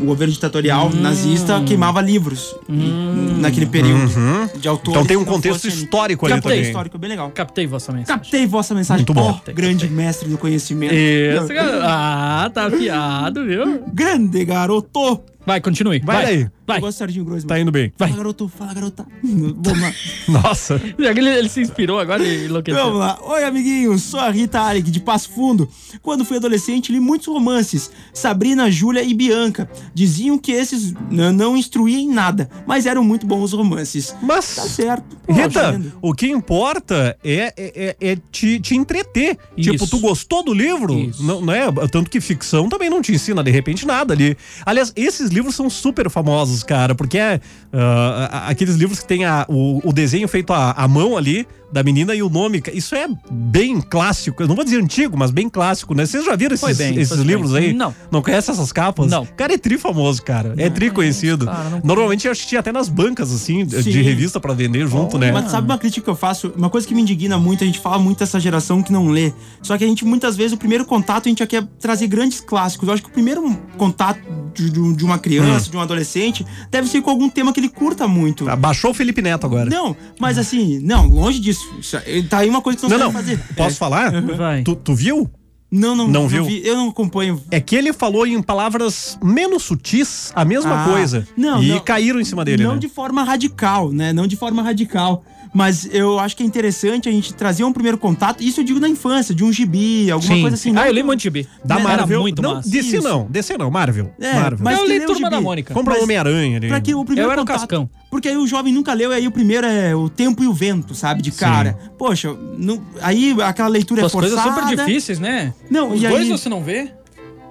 D: o governo ditatorial
C: Hum.
D: nazista queimava livros e- naquele período de autores.
C: Então tem um
D: que não
C: contexto
D: fossem-
C: histórico ali
E: Captei.
C: também.
D: histórico, bem legal.
E: Captei vossa mensagem.
D: Captei vossa mensagem.
C: Muito bom.
D: Ó,
E: Captei,
D: grande mestre do conhecimento.
E: Isso,
D: Não,
E: cara. Ah, tá afiado, viu?
D: Grande garoto.
E: Vai, continue.
C: Vai daí.
E: Vai.
D: Eu gosto do Serginho Grosso.
C: Tá indo bem.
D: Fala, garoto. Fala, garota. Vamos lá.
C: Nossa.
D: Tá
E: Já que Ele, ele se inspirou agora e enlouqueceu.
D: Vamos lá. Oi, amiguinhos. Sou a Rita Arig, de Passo Fundo. Quando fui adolescente, li muitos romances. Sabrina, Júlia e Bianca. Diziam que esses n- não instruíam em nada, mas eram muito bons romances. Tá
C: Mas.
D: certo. Pô, tá
C: Rita,
D: vendo?
C: o que importa é, é, é- é te, te entreter.
E: Isso.
C: Tipo, tu gostou do livro?
E: Isso.
C: Não, não é? Tanto que ficção também não te ensina, de repente, nada ali. Aliás, esses livros são super famosos, cara, porque é ah, a- a- aqueles livros que tem a- o, o desenho feito à, à mão ali da menina e o nome. ca- Isso é bem clássico. Eu não vou dizer antigo, mas bem clássico, né? Vocês já viram
E: Foi
C: esses,
E: bem,
C: esses
E: foi bem.
C: livros aí?
E: Não.
C: Não conhece essas capas?
E: Não.
C: Cara, é tri famoso, cara. é tri conhecido.
E: cara, não-
C: Normalmente eu assistia até nas bancas, assim, de- de
D: Sim.
C: revista pra vender junto, né?
D: Mas sabe uma crítica que eu faço? Uma coisa que me indigna muito, a gente fala muito dessa geração que não lê. Só que a gente, muitas vezes, o primeiro contato, a gente já quer trazer grandes clássicos. Eu acho que o primeiro contato de, de- de uma
C: Hum.
D: criança, de um adolescente, deve ser com algum tema que ele curta muito.
C: Abaixou o Felipe Neto Tá, agora.
D: Não, mas assim, não, longe disso. Isso- tá aí uma coisa que
C: Não,
D: não,
C: não.
D: não sabe fazer. É,
C: Posso falar?
E: Vai.
C: Tu, tu viu?
D: Não, não,
C: Não viu?
D: vi, eu não acompanho.
C: É que ele falou em palavras menos sutis a mesma
D: Ah,
C: coisa.
D: não,
C: e
D: não.
C: caíram em cima dele,
D: não
C: né?
D: de forma radical, né? Não de forma radical. Mas eu acho que é interessante a gente trazer um primeiro contato. Isso eu digo na infância, de um gibi, alguma coisa assim.
E: ah,
D: não-
E: eu li muito gibi.
C: Da
E: Era
C: Marvel.
E: muito
C: não, é,
E: massa.
C: DC
D: Isso.
C: não. DC não. Marvel.
D: É,
C: Marvel.
D: mas
E: Eu
D: que
E: li
D: nem o
E: Turma da
D: gibi.
E: Mônica.
C: Compra o
D: mas-
C: Homem-Aranha ali.
D: Pra que o primeiro
E: Eu era o
D: contato-
E: Cascão.
D: Porque aí o jovem nunca leu, e aí o primeiro é o tempo e o vento, sabe? De cara. Poxa, não- aí aquela leitura é
E: As
D: forçada.
E: coisas super difíceis, né?
D: Não,
E: Os
D: e
E: dois
D: aí-
E: você não vê?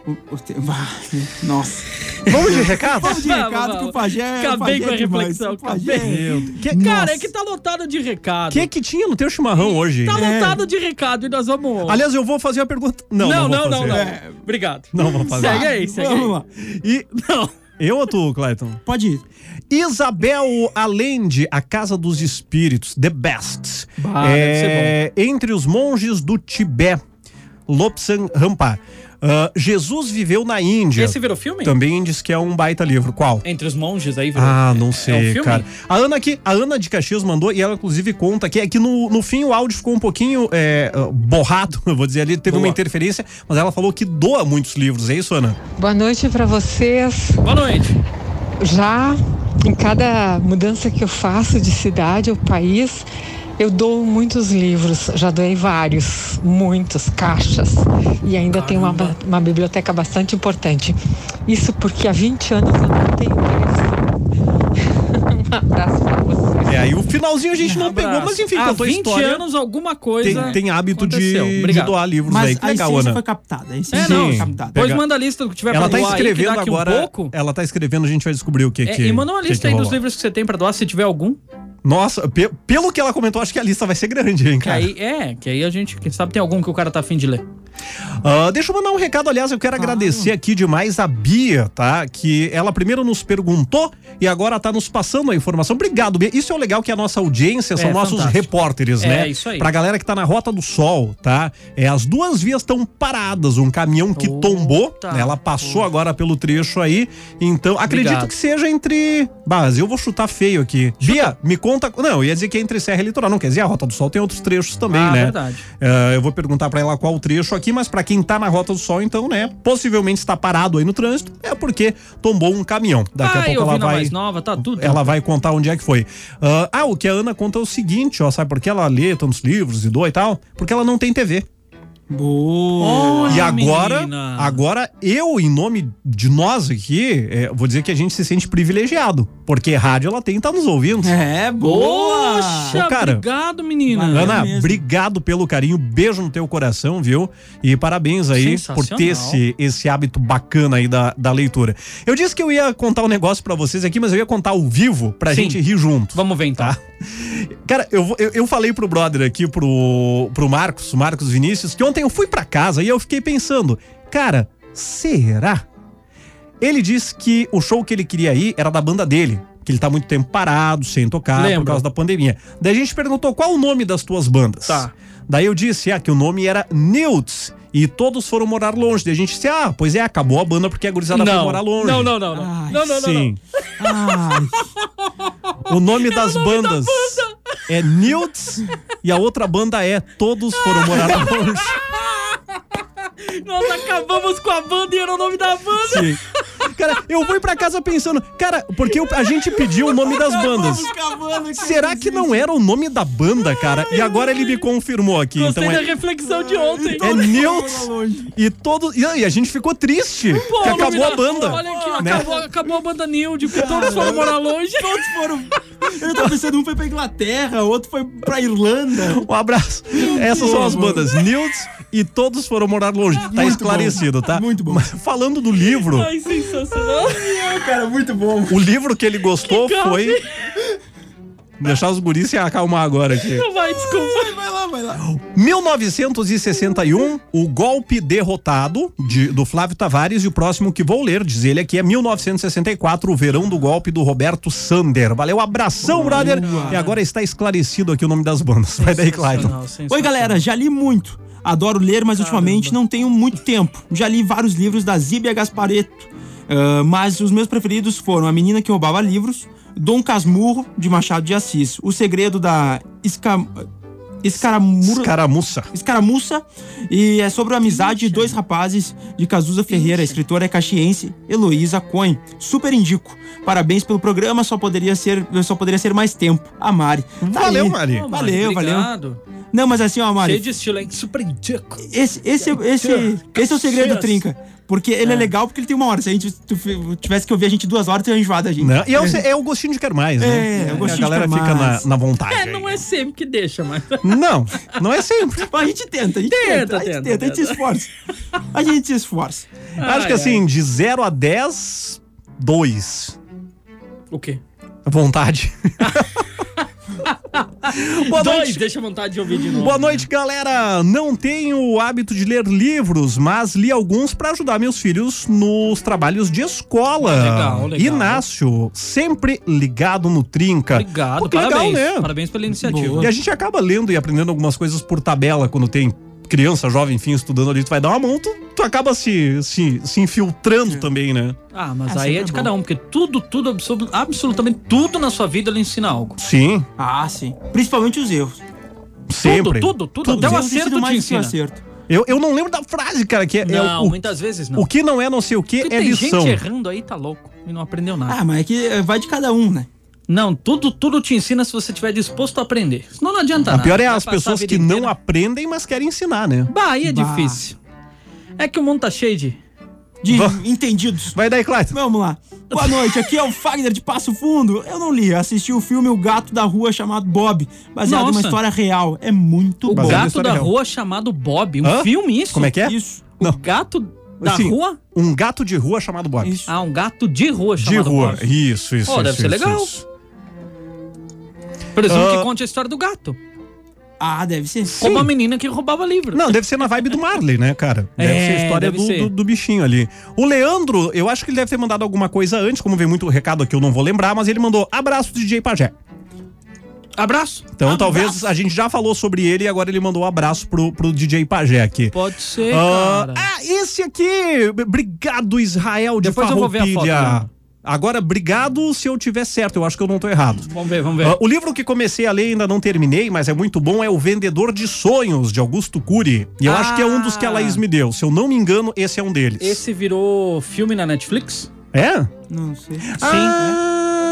D: O- o te- Ah, Nossa.
C: Vamos de recado?
D: Vamos de
E: Vamos,
D: recado que
E: vamos.
D: o pajé... o
E: Acabei
D: pajé
E: com a
D: é demais,
E: reflexão,
D: o pajé
E: acabei.
D: é-
C: Que-
E: Cara,
C: Nossa.
E: é que tá lotado de recado.
C: O que que tinha no teu chimarrão hoje?
E: Tá
D: É.
E: lotado de recado e nós vamos.
C: Aliás, eu vou fazer uma pergunta. Não, não, vou
E: não, não, não,
C: fazer.
E: não.
C: É.
E: Obrigado.
C: Não vou fazer.
E: Segue aí, segue
D: Vamos
E: aí.
D: lá.
C: E
E: Não.
C: eu ou tu, Clayton?
D: Pode ir.
C: Isabel Allende, a Casa dos Espíritos, The Best.
E: Bah, deve
C: é, entre os monges do Tibete, Lobsang Rampa. Ah, Jesus viveu na Índia.
E: Esse virou filme?
C: Também diz que é um baita livro. Qual?
E: Entre os monges aí, virou.
C: Ah, não
E: É um
C: sei,
E: filme?
C: cara. A Ana, aqui, a Ana de Caxias mandou e ela, inclusive, conta que é que no, no fim o áudio ficou um pouquinho é, ah, borrado, eu vou dizer ali, teve uma interferência, mas ela falou que doa muitos livros, é isso, Ana?
K: Boa noite para vocês.
E: Boa noite.
K: Já em cada mudança que eu faço de cidade ou país, eu dou muitos livros. Já doei vários, muitos, caixas. E ainda tem uma, ba- uma biblioteca bastante importante. Isso porque há 20 anos eu não tenho livros. um abraço para vocês.
C: É, aí o finalzinho a gente não
E: Um Abraço.
C: pegou, mas enfim,
E: Há
C: contou a
E: 20
C: história.
E: anos alguma coisa.
C: tem, tem hábito de,
E: é. aconteceu.
C: de
E: Obrigado.
C: doar livros aí.
D: Mas
C: Que
D: a
C: legal,
D: essência
C: Ana.
D: foi captada. A
E: É,
D: essência
E: não.
D: foi
C: Sim.
D: captada.
E: Depois
C: Pega-
E: manda a lista que tiver
C: Ela
E: pra
C: tá
E: doar aí, que
C: escrevendo
E: daqui
C: agora.
E: Um pouco.
C: Ela tá escrevendo, a gente vai descobrir o que
E: É,
C: que.
E: e manda uma
C: que que
E: lista aí dos
C: rolou.
E: livros que você tem pra doar, se tiver algum.
C: Nossa, pe- pelo que ela comentou, acho que a lista vai ser grande, hein,
E: Que
C: cara.
E: aí, é, que aí a gente, quem sabe tem algum que o cara tá afim de ler.
C: Ah, deixa eu mandar um recado, aliás, eu quero agradecer aqui demais a Bia, tá? Que ela primeiro nos perguntou e agora tá nos passando a informação. Obrigado, Bia. Isso é o legal que a nossa audiência são
E: É,
C: nossos
E: fantástico.
C: repórteres,
E: É,
C: né?
E: isso aí.
C: Pra galera que tá na Rota do Sol, tá? É, as duas vias estão paradas, um caminhão que tombou,
E: Puta.
C: né? ela passou agora pelo trecho aí, então acredito
E: Obrigado.
C: que seja entre... Mas eu vou chutar feio aqui. Bia, me conta... Não, eu ia dizer que é entre Serra e Litoral, não, quer dizer, a Rota do Sol tem outros trechos também,
E: Ah,
C: né?
E: verdade.
C: É, eu vou perguntar pra ela qual o trecho aqui, mas pra quem tá na Rota do Sol, então, né? Possivelmente está parado aí no trânsito, é porque tombou um caminhão. Daqui a
E: ah, eu
C: pouco
E: vi
C: ela
E: na
C: vai.
E: mais nova, tá tudo.
C: Ela vai contar onde é que foi. Ah, ah, o que a Ana conta é o seguinte, ó, sabe por que ela lê tantos livros e doa e tal? Porque ela não tem TV.
D: Boa.
C: e
E: Ah,
C: agora,
E: menina.
C: agora eu, em nome de nós aqui, é, vou dizer que a gente se sente privilegiado, porque rádio ela tem e tá nos ouvindo.
D: É, boa.
E: Poxa,
C: Ô, cara.
E: obrigado, menina.
D: Valeu.
C: Ana,
D: mesmo.
C: obrigado pelo carinho, beijo no teu coração, viu? E parabéns aí por
E: Sensacional.
C: ter esse, esse hábito bacana aí da, da leitura. Eu disse que eu ia contar um negócio pra vocês aqui, mas eu ia contar ao vivo pra
E: Sim.
C: gente rir junto.
E: Vamos ver então.
C: Tá. Cara, eu, vou- eu, eu falei pro brother aqui, pro, pro Marcos, o Marcos Vinícius, que ontem eu fui pra casa e eu fiquei pensando, cara, será? Ele disse que o show que ele queria ir era da banda dele, que ele tá muito tempo parado, sem tocar, por
E: Lembro.
C: causa da pandemia. Daí a gente perguntou qual o nome das tuas bandas.
E: Tá.
C: Daí eu disse, ah, que o nome era Newts. E todos foram morar longe. Daí a gente disse, ah, pois é, acabou a banda porque a gurizada foi
E: Não.
C: morar longe.
E: não, não, não, não.
D: Ai,
E: não, não, não, não.
C: Sim.
D: Ai,
C: O nome das bandas é Newts e a outra banda é Todos Foram Morar Longe.
E: Nós acabamos com a banda e era o nome da banda.
C: Sim. Cara, eu fui pra casa pensando, cara, porque eu- a gente pediu o nome das bandas. é Será que não era o nome da banda, cara? E agora ele me confirmou aqui.
E: Gostei
C: Então
E: da
C: é,
E: reflexão de ontem.
C: é Newts e todos. E aí, a gente ficou triste que
E: o nome
C: acabou
E: da-
C: a banda.
E: Olha aqui,
C: né?
E: acabou, acabou a banda Nilde, porque todos foram morar longe.
D: todos foram... Eu tava pensando, um foi pra Inglaterra, outro foi pra Irlanda.
C: Um abraço. Essas são as bandas Newts e todos foram morar longe. Tá esclarecido, tá?
D: Muito bom.
C: Mas Falando do livro,
E: Ai, sensacional.
L: isso, não?
D: Cara, muito bom.
C: O livro que ele gostou
L: Que golpe.
C: foi. Vou deixar os guris se acalmar agora aqui.
L: Vai, desculpa.
D: Vai lá, vai lá.
C: 1961, O Golpe Derrotado, de- do Flávio Tavares, e o próximo que vou ler, diz ele aqui, é 1964, O Verão do Golpe, do Roberto Sander. Valeu, abração, brother! E agora está esclarecido aqui o nome das bandas. Vai daí, Clayton.
D: Oi, galera, já li muito. Adoro ler, mas ultimamente não tenho muito tempo. Já li vários livros da Zíbia Gaspareto, ah, mas os meus preferidos foram A Menina que Roubava Livros, Dom Casmurro, de Machado de Assis, O Segredo da Esca... Escaramurra...
C: Escaramuça.
D: Escaramuça, e é sobre a amizade de dois rapazes de Cazuza Ferreira, escritora caxiense Heloísa Cohen. Super indico. Parabéns pelo programa, só poderia ser, só poderia ser mais tempo. A Mari. Tá
C: Valeu,
D: aí.
C: Mari.
E: Ô, Mari,
D: Valeu, valeu.
E: obrigado.
D: Não, mas assim, ó, Mari.
E: Cheio de estilo, hein? Super indico.
D: Esse, esse, esse, esse é o segredo do Trinca. Porque ele é. legal porque ele tem uma hora. Se a gente tu fi- tivesse que ouvir a gente duas horas, teria enjoado a gente.
C: Né? E é o, é o gostinho de quer mais, né?
D: É, é o gostinho de
C: A galera
D: quer
C: fica na,
D: mais.
C: na vontade.
L: É, não é sempre que deixa, mas.
C: Não, não é sempre.
D: Mas a gente tenta, a gente
L: Tenta,
D: tenta, a gente
L: tenta,
D: tenta, a gente se
L: tenta.
D: esforça. A gente se esforça.
C: Acho que
L: Ai,
C: assim, de 0 a 10, 2.
E: O quê?
C: Vontade. Boa
L: Dois,
C: noite.
L: deixa vontade de ouvir de novo.
C: Boa noite, galera. Não tenho o hábito de ler livros, mas li alguns pra ajudar meus filhos nos trabalhos de escola.
E: Ah, Legal, legal.
C: Inácio, sempre ligado no Trinca.
E: Obrigado,
C: Pô, que
E: parabéns.
C: legal, né?
E: Parabéns pela iniciativa.
C: E a gente acaba lendo e aprendendo algumas coisas por tabela quando tem criança, jovem, enfim, estudando ali, tu vai dar uma mão, tu, tu acaba se, se, se infiltrando também, né?
E: Ah, mas
D: Ah,
E: aí
D: sempre
E: é de
D: é
E: cada um, porque tudo, tudo, absolu- absolutamente tudo na sua vida ele ensina algo.
C: Sim,
D: Ah, sim. Principalmente os erros.
C: sempre.
E: Tudo, tudo, tudo. Até
D: os
E: um
D: erros
E: acerto
D: ensinam
E: te
D: mais que o
E: ensina.
D: acerto.
C: Eu, eu não lembro da frase, cara, que é, é
E: Não,
C: o,
E: muitas vezes não.
C: o que não é não sei o que
E: Porque
C: é
E: tem
C: lição.
E: gente errando aí, tá louco. E não aprendeu nada.
D: Ah, mas é que eh, vai de cada um, né?
E: Não, tudo, tudo te ensina se você estiver disposto a aprender. Senão não
C: A
E: adianta nada.
C: pior é
E: né? Vai
C: as
E: passar
C: pessoas
E: a vida
C: que não
E: inteira-
C: aprendem, mas querem ensinar, né?
E: Bah, aí é
D: Bah.
E: difícil. É que o mundo tá cheio de.
D: De
C: Va-
D: entendidos.
C: Vai daí, Clayton.
D: Vamos lá. Boa noite, aqui é o Fagner de Passo Fundo. Eu não li, assisti o filme O Gato da Rua chamado Bob, baseado numa
E: Nossa.
D: história real. É muito
E: O
D: bom.
C: Baseado na
E: gato
C: história
E: da
C: real.
E: rua chamado Bob. Um
C: Hã?
E: filme, isso?
C: Como é que é?
D: Isso.
E: O
C: Não.
E: gato da
C: Assim,
E: rua?
C: Um gato de rua chamado Bob.
D: Isso.
E: Ah, um gato de rua
C: De
E: chamado
C: rua.
E: Bob.
C: Isso, isso.
E: Pô, deve
C: isso,
E: ser
C: isso,
E: legal.
C: isso.
E: Presumo
C: Ah.
E: que conte a história do gato.
D: Ah, deve ser.
E: Como a menina que roubava livro.
C: Não, deve ser na vibe do Marley, né, cara? Deve
E: É,
C: ser a história
E: deve
C: do,
E: ser.
C: do- do bichinho ali. O Leandro, eu acho que ele deve ter mandado alguma coisa antes, como vem muito recado aqui, eu não vou lembrar, mas ele mandou abraço DJ Pajé.
E: Abraço.
C: Então
E: Ah, Abraço.
C: talvez a gente já falou sobre ele e agora ele mandou um abraço pro, pro DJ Pajé aqui.
E: Pode ser,
C: Ah,
E: cara.
C: ah, esse aqui! Obrigado, Israel de
E: Depois eu vou ver a foto,
C: Farroupilha.
E: né?
C: Agora, obrigado se eu tiver certo, eu acho que eu não tô errado.
E: Vamos ver, vamos ver.
C: Ah, o livro que comecei a ler e ainda não terminei, mas é muito bom, é O Vendedor de Sonhos, de Augusto Cury. E eu
E: Ah.
C: acho que é um dos que a Laís me deu. Se eu não me engano, esse é um deles.
E: Esse virou filme na Netflix?
C: É? Ah, Sim.
D: Não sei. Sim.
E: né?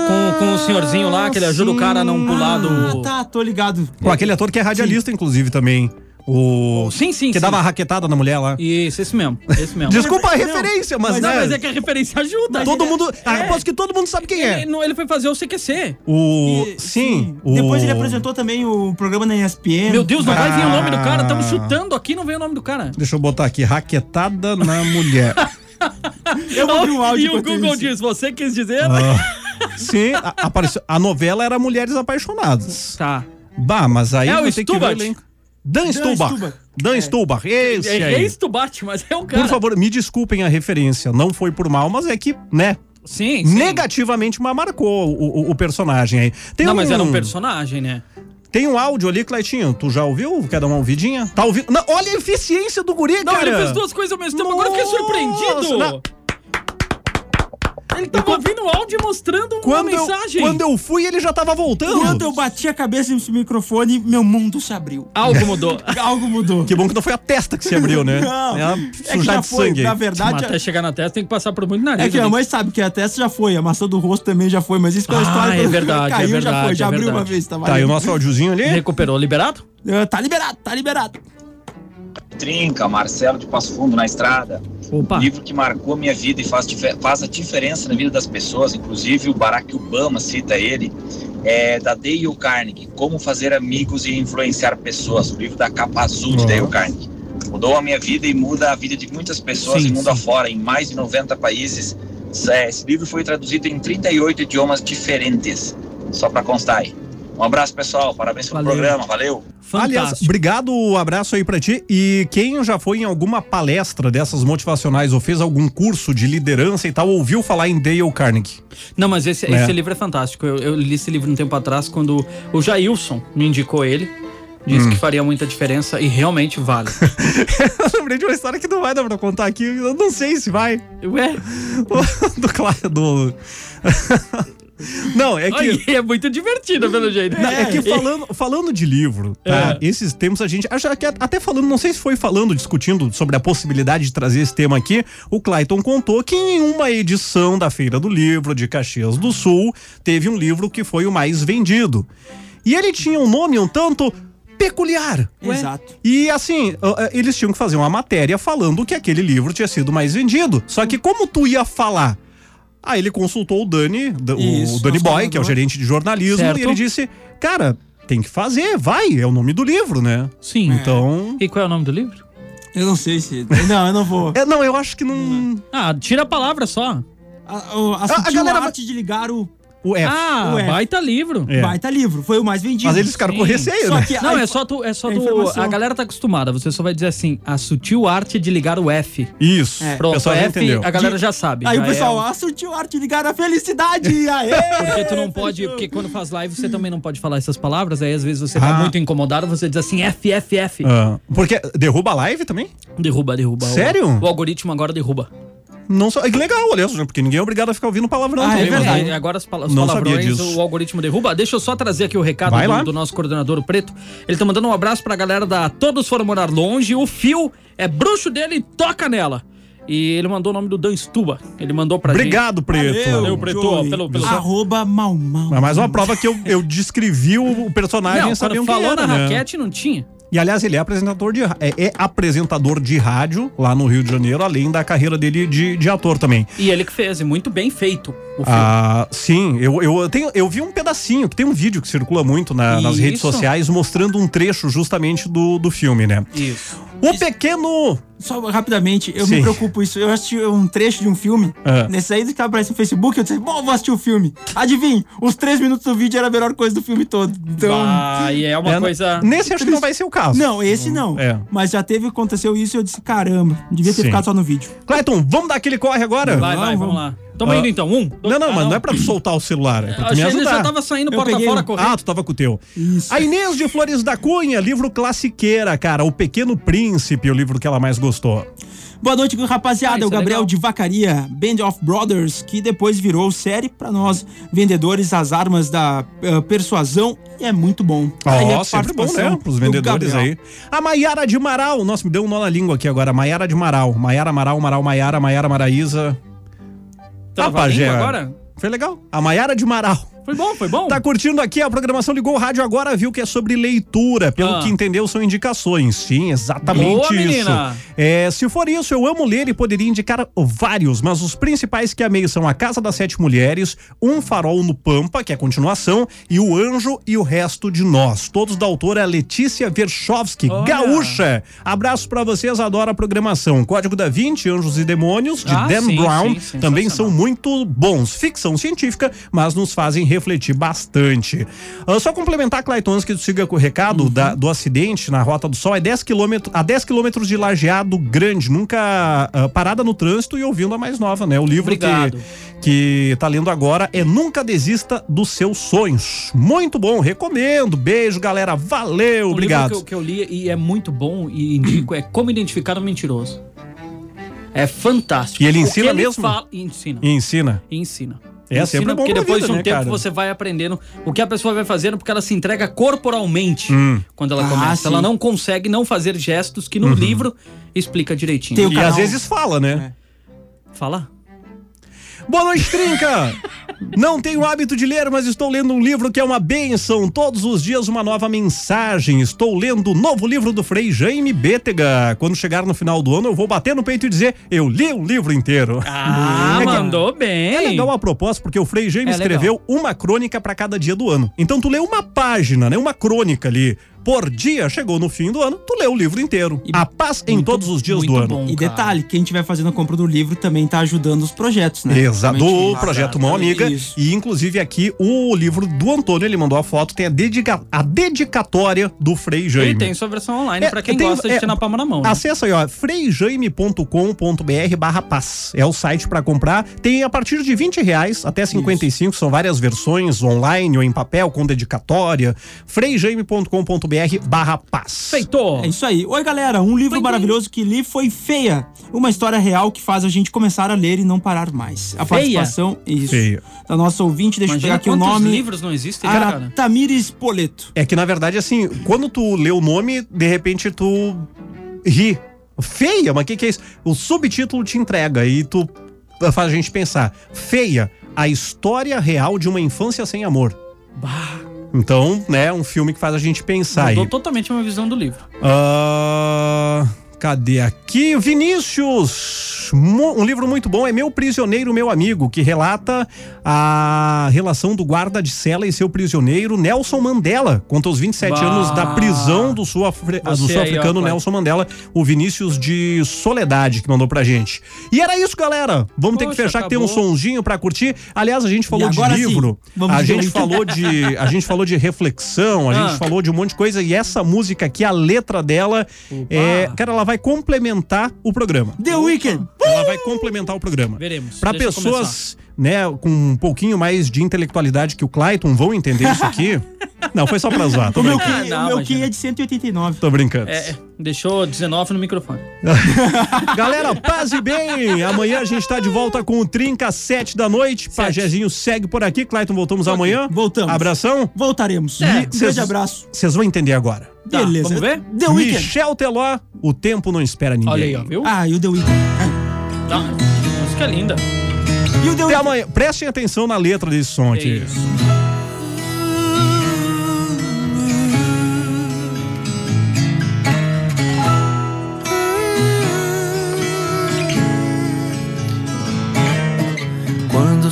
E: Com, com o senhorzinho lá,
C: Ah,
E: que ele ajuda o cara a não pular
D: Ah,
E: do.
D: tá, tô ligado.
C: Com aquele ator que é radialista, inclusive, também. O.
E: Sim, sim,
C: Que
E: sim.
C: dava a raquetada na mulher lá.
E: Isso, esse mesmo. Esse mesmo.
C: Desculpa a
D: Não,
C: referência, mas,
E: é Não,
C: né,
E: mas é que a referência ajuda.
C: todo
E: Ele- é-
C: mundo. Ah, aposto que todo mundo sabe quem é.
E: Ele, não, ele foi fazer o CQC.
C: O.
D: E-
C: sim.
D: Depois
C: o-
D: ele apresentou também o programa na ESPN.
E: Meu Deus, não vai vir o nome do cara. Estamos
C: Ah.
E: chutando aqui, não veio o nome do cara.
C: Deixa eu botar aqui, raquetada na mulher.
D: Eu vou abrir um áudio
E: e o
D: enquanto
E: Google
D: isso.
E: diz, você quis dizer?
C: Ah, sim, a, apareceu. A novela era Mulheres Apaixonadas.
E: Tá.
C: Bah, mas aí
E: É o
C: vai ter que ver
E: Stubach.
C: o elenco. Dan Stubach.
D: Stubach.
C: Dan Stubach, esse
E: É
C: aí.
E: isso do Bate, mas é o cara.
C: Por favor, me desculpem a referência. Não foi por mal, mas é que, né,
E: Sim, sim.
C: negativamente mas marcou o, o- o personagem aí. Tem
E: Não, mas era um personagem, né?
C: Tem um áudio ali, Cleitinho. Tu já ouviu? Quer dar uma ouvidinha? Tá ouvindo? Não, olha a eficiência do guri,
E: Não,
C: cara.
E: ele fez duas coisas ao mesmo tempo. Agora eu fiquei
C: Nossa,
E: surpreendido.
C: não.
E: Ele tava ouvindo o áudio e mostrando uma
C: Quando eu,
E: mensagem.
C: quando eu fui, ele já tava voltando.
D: Quando eu bati a cabeça nesse microfone, meu mundo se abriu.
E: Algo mudou.
D: Algo mudou.
C: Que bom que não foi a testa que se abriu, né?
D: Não,
C: é uma
D: é que
C: sujar
D: já
C: de
D: foi.
C: sangue.
D: Na
C: aí.
E: Mas
D: verdade,
E: até chegar na testa tem que passar por muito nariz.
D: É que
E: né?
D: minha mãe sabe que a testa já foi, a maçã do rosto também já foi, mas isso que é uma
E: Ah,
D: história.
E: é
D: quando
E: verdade,
D: caiu, já
E: é
D: foi,
E: verdade,
D: já
E: é
D: abriu
E: verdade.
D: uma vez, tá
C: Tá, e o
D: valendo.
C: nosso áudiozinho ali?
E: Recuperou, liberado?
D: Ah, tá liberado, tá liberado.
M: Trinca, Marcelo de Passo Fundo na Estrada.
E: Opa.
M: Livro que marcou minha vida e faz, dife- faz a diferença na vida das pessoas, inclusive o Barack Obama cita ele, é da Dale Carnegie, Como Fazer Amigos e Influenciar Pessoas, o livro da capa azul de Dale Carnegie. Mudou a minha vida e muda a vida de muitas pessoas
E: Sim,
M: em mundo
E: sim.
M: afora, em mais de 90 países, Isso é, Esse livro foi traduzido em 38 idiomas diferentes. Só para constar aí. Um abraço, pessoal. Parabéns pelo
C: Valeu.
M: programa. Valeu.
C: Aliás, obrigado, um abraço aí pra ti. E quem já foi em alguma palestra dessas motivacionais ou fez algum curso de liderança e tal, ouviu falar em Dale Carnegie?
E: Não, mas esse,
C: É.
E: esse livro é fantástico. Eu, eu li esse livro um tempo atrás quando o Jailson me indicou ele. Disse
C: Hum.
E: que faria muita diferença e realmente vale.
C: Eu lembrei de uma história que não vai dar pra contar aqui. Eu não sei se vai.
E: Ué?
C: Do Claro. Do... Não, é que.
E: é muito divertido, pelo jeito.
C: Não, é que falando, falando de livro, tá? Esses tempos a gente. acho que Até falando, não sei se foi falando, discutindo sobre a possibilidade de trazer esse tema aqui. O Clayton contou que em uma edição da Feira do Livro de Caxias do Sul, teve um livro que foi o mais vendido. E ele tinha um nome um tanto peculiar.
D: Exato.
C: E assim, ah, ah, eles tinham que fazer uma matéria falando que aquele livro tinha sido mais vendido. Só que como tu ia falar? Aí ele consultou o Dani, da-
B: Isso,
C: o Dani
B: nosso
C: Boy, que é o
B: coordenador.
C: gerente de jornalismo,
E: Certo.
C: e ele disse: "Cara, tem que fazer, vai, é o nome do livro, né?"
E: Sim.
C: Então,
E: E qual é o nome do livro?
D: Eu não sei se. Não, eu não vou.
C: É, não, eu acho que não.
E: Ah, tira a palavra só.
D: A, o- a,
E: A- a
D: sutil
E: galera vai-
D: arte de ligar o.
C: O
E: F. Ah, baita livro. É.
D: Baita livro. Foi o mais vendido.
E: Sim.
C: né?
D: Só que
E: Não,
D: a-
E: é só tu. É só
D: a
E: tu
D: informação-
E: a galera tá acostumada. Você só vai dizer assim: a sutil arte de ligar o F.
C: Isso.
D: É.
E: Pronto,
D: O pessoal já
E: F,
D: entendeu.
E: a galera
D: De-
E: já sabe.
D: Aí o
E: Já
D: pessoal, "Ah,
E: é um-
D: a sutil arte de ligar a felicidade. Aê!
E: Porque tu não pode, porque quando faz live você também não pode falar essas palavras, aí às vezes você tá
C: Ah.
E: muito incomodado, você diz assim F, F, F.
C: ah, porque derruba a live também?
E: Derruba, derruba.
C: Sério?
E: O, o algoritmo agora derruba.
C: Não só, que legal, olha só, porque ninguém é obrigado a ficar ouvindo
E: Ah,
C: palavrão também, mas
E: E Agora as pala- os
C: Ah, é Não sabia
E: palavrões,
C: disso.
E: o algoritmo derruba. Deixa eu só trazer aqui o recado
C: Vai lá.
E: do, do nosso coordenador o Preto. Ele tá mandando um abraço pra galera da Todos Foram Morar Longe. O Fio é bruxo dele e toca nela. E ele mandou o nome do Dan Stuba. Ele mandou pra
C: Obrigado,
E: gente.
C: Preto.
E: Valeu, Preto.
C: Joey.
E: Pelo, pelo...
D: Arroba mal mal.
C: Mas mais uma prova que eu, eu descrevi o o personagem
E: Não,
C: e sabiam
E: quando
C: quem
E: falou
C: era,
E: na
C: né?
E: raquete não tinha.
C: E aliás, ele é apresentador de ra- é, é apresentador de rádio lá no Rio de Janeiro, além da carreira dele de, de ator também.
E: E ele que fez, e muito bem feito o filme.
C: Ah, sim, eu, eu, tenho, eu vi um pedacinho, que tem um vídeo que circula muito na- nas
E: Isso.
C: redes sociais, mostrando um trecho justamente do, do filme, né?
E: Isso.
C: O pequeno.
D: Só rapidamente, eu
C: Sim.
D: me preocupo isso. Eu assisti um trecho de um filme.
C: Ah.
D: Nesse aí que tava aparecendo no Facebook, eu disse, bom, vou assistir o filme. Adivinha, os três minutos do vídeo era a melhor coisa do filme todo. Então.
E: Ah, e é uma coisa.
C: né, Nesse acho que não vai ser o caso.
D: Não, esse não.
C: É.
D: Mas já teve, aconteceu isso e eu disse, caramba, devia ter
C: Sim.
D: ficado só no vídeo.
C: Clayton, vamos dar aquele corre agora?
E: Vai, vai, vamos lá. Tamo
C: Ah.
E: indo então, um.
C: Não, não, mas não é pra tu soltar o celular, é pra tu me
E: Achei que ele
C: ajudar.
E: já tava saindo
C: Eu
E: porta
C: peguei
E: fora
C: um.
E: correndo.
C: Ah, tu tava com o teu. A Inês de Flores da Cunha, livro classiqueira, cara. O Pequeno Príncipe, o livro que ela mais gostou.
D: Boa noite, rapaziada.
E: Ah,
D: o
E: isso é
D: Gabriel
E: legal.
D: de Vacaria, Band of Brothers, que depois virou série pra nós, vendedores das armas da eh, persuasão. E é muito bom.
C: Ó,
D: Aí a
C: sempre bom, né?
D: participação
C: Pros
D: do
C: vendedores
D: Gabriel.
C: aí. A Maiara de Amaral. Nossa, me deu um nó na língua aqui agora. Maiara de Amaral. Maiara Amaral, Amaral, Maiara, Maiara Maraísa. Ah, tá,
E: Trava a língua agora?
C: Foi legal. A Maiara de Amaral.
E: Foi bom, foi bom.
C: Tá curtindo aqui a programação Ligou o Rádio agora, viu que é sobre leitura. Pelo
E: Ah.
C: que entendeu, são indicações. Sim, exatamente isso.
E: Boa, menina.
C: É, se for isso, eu amo ler e poderia indicar vários, mas os principais que amei são A Casa das Sete Mulheres, Um Farol no Pampa, que é a continuação, e O Anjo e o Resto de Nós. Todos da autora Letícia Verchovsky,
B: Olha.
C: gaúcha. Abraço pra vocês, adoro a programação. Código da 20, Anjos e Demônios, de
B: Ah,
C: Dan
B: sim,
C: Brown,
B: sim, sim,
C: também são muito bons. Ficção científica, mas nos fazem refletir bastante. Ah, só complementar, Clayton, antes que tu siga com o recado
E: Uhum.
C: da- do acidente na Rota do Sol, é 10 quilômetros, a 10 quilômetros de Lajeado Grande, nunca ah, parada no trânsito e ouvindo a mais nova, né? O livro que,
E: Obrigado.
C: que tá lendo agora é Nunca Desista dos Seus Sonhos. Muito bom, recomendo. Beijo, galera. Valeu,
E: O
C: obrigado.
E: livro que eu, que eu li e é muito bom e indico é Como Identificar um Mentiroso. É fantástico.
C: E ele
E: O
C: ensina
E: que
C: mesmo?
E: Fala, ensina.
C: E ensina.
E: E ensina.
C: É,
E: ensina
C: sempre bom
E: porque
C: pra
E: depois
C: vida,
E: de um
C: né,
E: tempo
C: cara?
E: você vai aprendendo o que a pessoa vai fazendo porque ela se entrega corporalmente quando ela
C: Ah,
E: começa.
C: sim.
E: Ela
C: Uhum.
E: não consegue não fazer gestos que no livro explica direitinho.
C: e às vezes fala, né?
E: Fala?
C: Boa noite, Trinca! Não tenho hábito de ler, mas estou lendo um livro que é uma benção. Todos os dias uma nova mensagem. Estou lendo o novo livro do Frei Jaime Bétega. Quando chegar no final do ano, eu vou bater no peito e dizer: Eu li o livro inteiro.
E: Ah, mandou bem.
C: É legal a proposta, porque o Frei Jaime
E: É legal.
C: escreveu uma crônica para cada dia do ano. Então tu lê uma página, né? Uma crônica ali por dia. Chegou no fim do ano, tu lê o livro inteiro. A paz em todos os dias do ano.
D: e detalhe, quem estiver fazendo a compra do livro também tá ajudando os projetos, né?
C: Exato. Do
D: Exatamente.
C: projeto Mão Amiga. E inclusive aqui o livro do Antônio, ele mandou a foto, tem a, dedica a dedicatória do Frei Jaime.
E: E tem sua versão online pra quem
C: tem-
E: gosta de
C: é,
E: ter na palma da mão. né?
C: Acessa aí, ó, freijaime.com.br barra paz. É o site pra comprar. Tem a partir de 20 reais até 55, são várias versões online ou em papel, com dedicatória. freijaime.com.br barra paz.
E: Feito!
D: É isso aí. Oi, galera. Um livro maravilhoso que li foi Feia. Uma história real que faz a gente começar a ler e não parar mais. A
E: Feia?
D: participação isso,
C: Feia.
D: da nossa ouvinte, deixa
E: Imagina
D: eu pegar aqui o
E: quantos
D: nome.
E: livros não existem, né, cara?
D: Tamires Poleto.
C: É que na verdade, assim, quando tu lê o nome, de repente tu ri. Feia, mas o que, que é isso? O subtítulo te entrega e tu faz a gente pensar. Feia, a história real de uma infância sem amor. Então, né, um filme que faz a gente pensar aí.
E: Mudou totalmente uma visão do livro.
C: Ah, cadê aqui? Vinícius! Mu- Um livro muito bom é Meu Prisioneiro, Meu Amigo, que relata a relação do guarda de cela e seu prisioneiro Nelson Mandela, quanto aos 27
E: Bah.
C: anos da prisão do sul-afri- do
E: Você aí, ó,
C: sul-africano
E: pai.
C: Nelson Mandela, o Vinícius de Soledade que mandou pra gente. E era isso, galera! Vamos ter que
E: Poxa, tá
C: fechar que tem um
E: acabou.
C: sonzinho pra curtir. Aliás, a gente falou de
E: agora sim,
C: livro,
E: vamos
C: a
E: ver
C: gente
E: o-
C: falou de a gente falou de reflexão, a
E: Ah.
C: gente falou de um monte de coisa e essa música aqui, a letra dela, é, cara, ela vai complementar o programa.
D: The Weeknd.
C: Ela vai complementar o programa.
E: Veremos.
C: Para
E: Deixa eu
C: pessoas, né, com um pouquinho mais de intelectualidade que o Clayton vão entender isso aqui. Não, foi só pra zoar. Tô
D: O meu que,
C: brincando.
E: Ah, não,
D: o meu que
E: imagina.
D: é de 189.
C: Tô brincando.
E: É, deixou 19 no microfone.
C: Galera, paz e bem. Amanhã a gente tá de volta com o Trinca às 7 da noite. Pajezinho segue por aqui. Clayton, voltamos amanhã.
D: Voltamos.
C: Abração.
D: Voltaremos.
C: E
D: um
C: cês-
D: grande abraço.
C: Vocês vão entender agora.
E: É, Tá,
D: Beleza.
E: vamos ver?
D: The Weeknd.
C: Michel Teló, o tempo não espera ninguém.
E: Olha aí, ó, viu?
D: Ah, e o The Weeknd.
E: Não, música linda.
D: E o The
C: Até amanhã. Prestem atenção na letra desse
E: É
C: som aqui.
H: Quando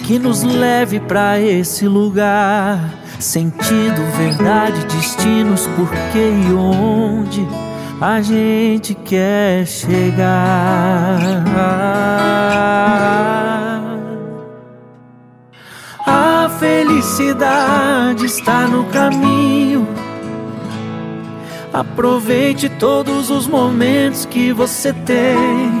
H: que nos leve pra esse lugar. Sentido, verdade, destinos, porquê e onde a gente quer chegar. A felicidade está no caminho. Aproveite todos os momentos que você tem.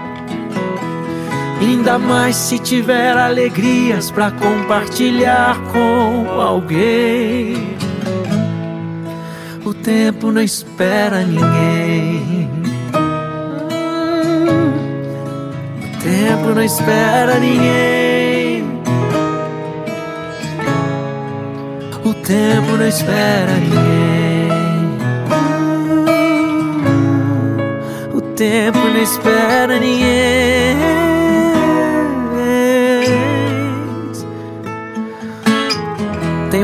H: Ainda mais se tiver alegrias pra compartilhar com alguém. O tempo não espera ninguém. O tempo não espera ninguém. O tempo não espera ninguém. O tempo não espera ninguém. Tem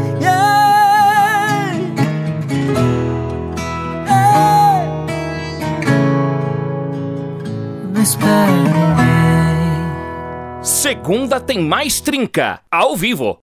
H: Não espera ninguém.
A: Segunda tem mais trinca, ao vivo.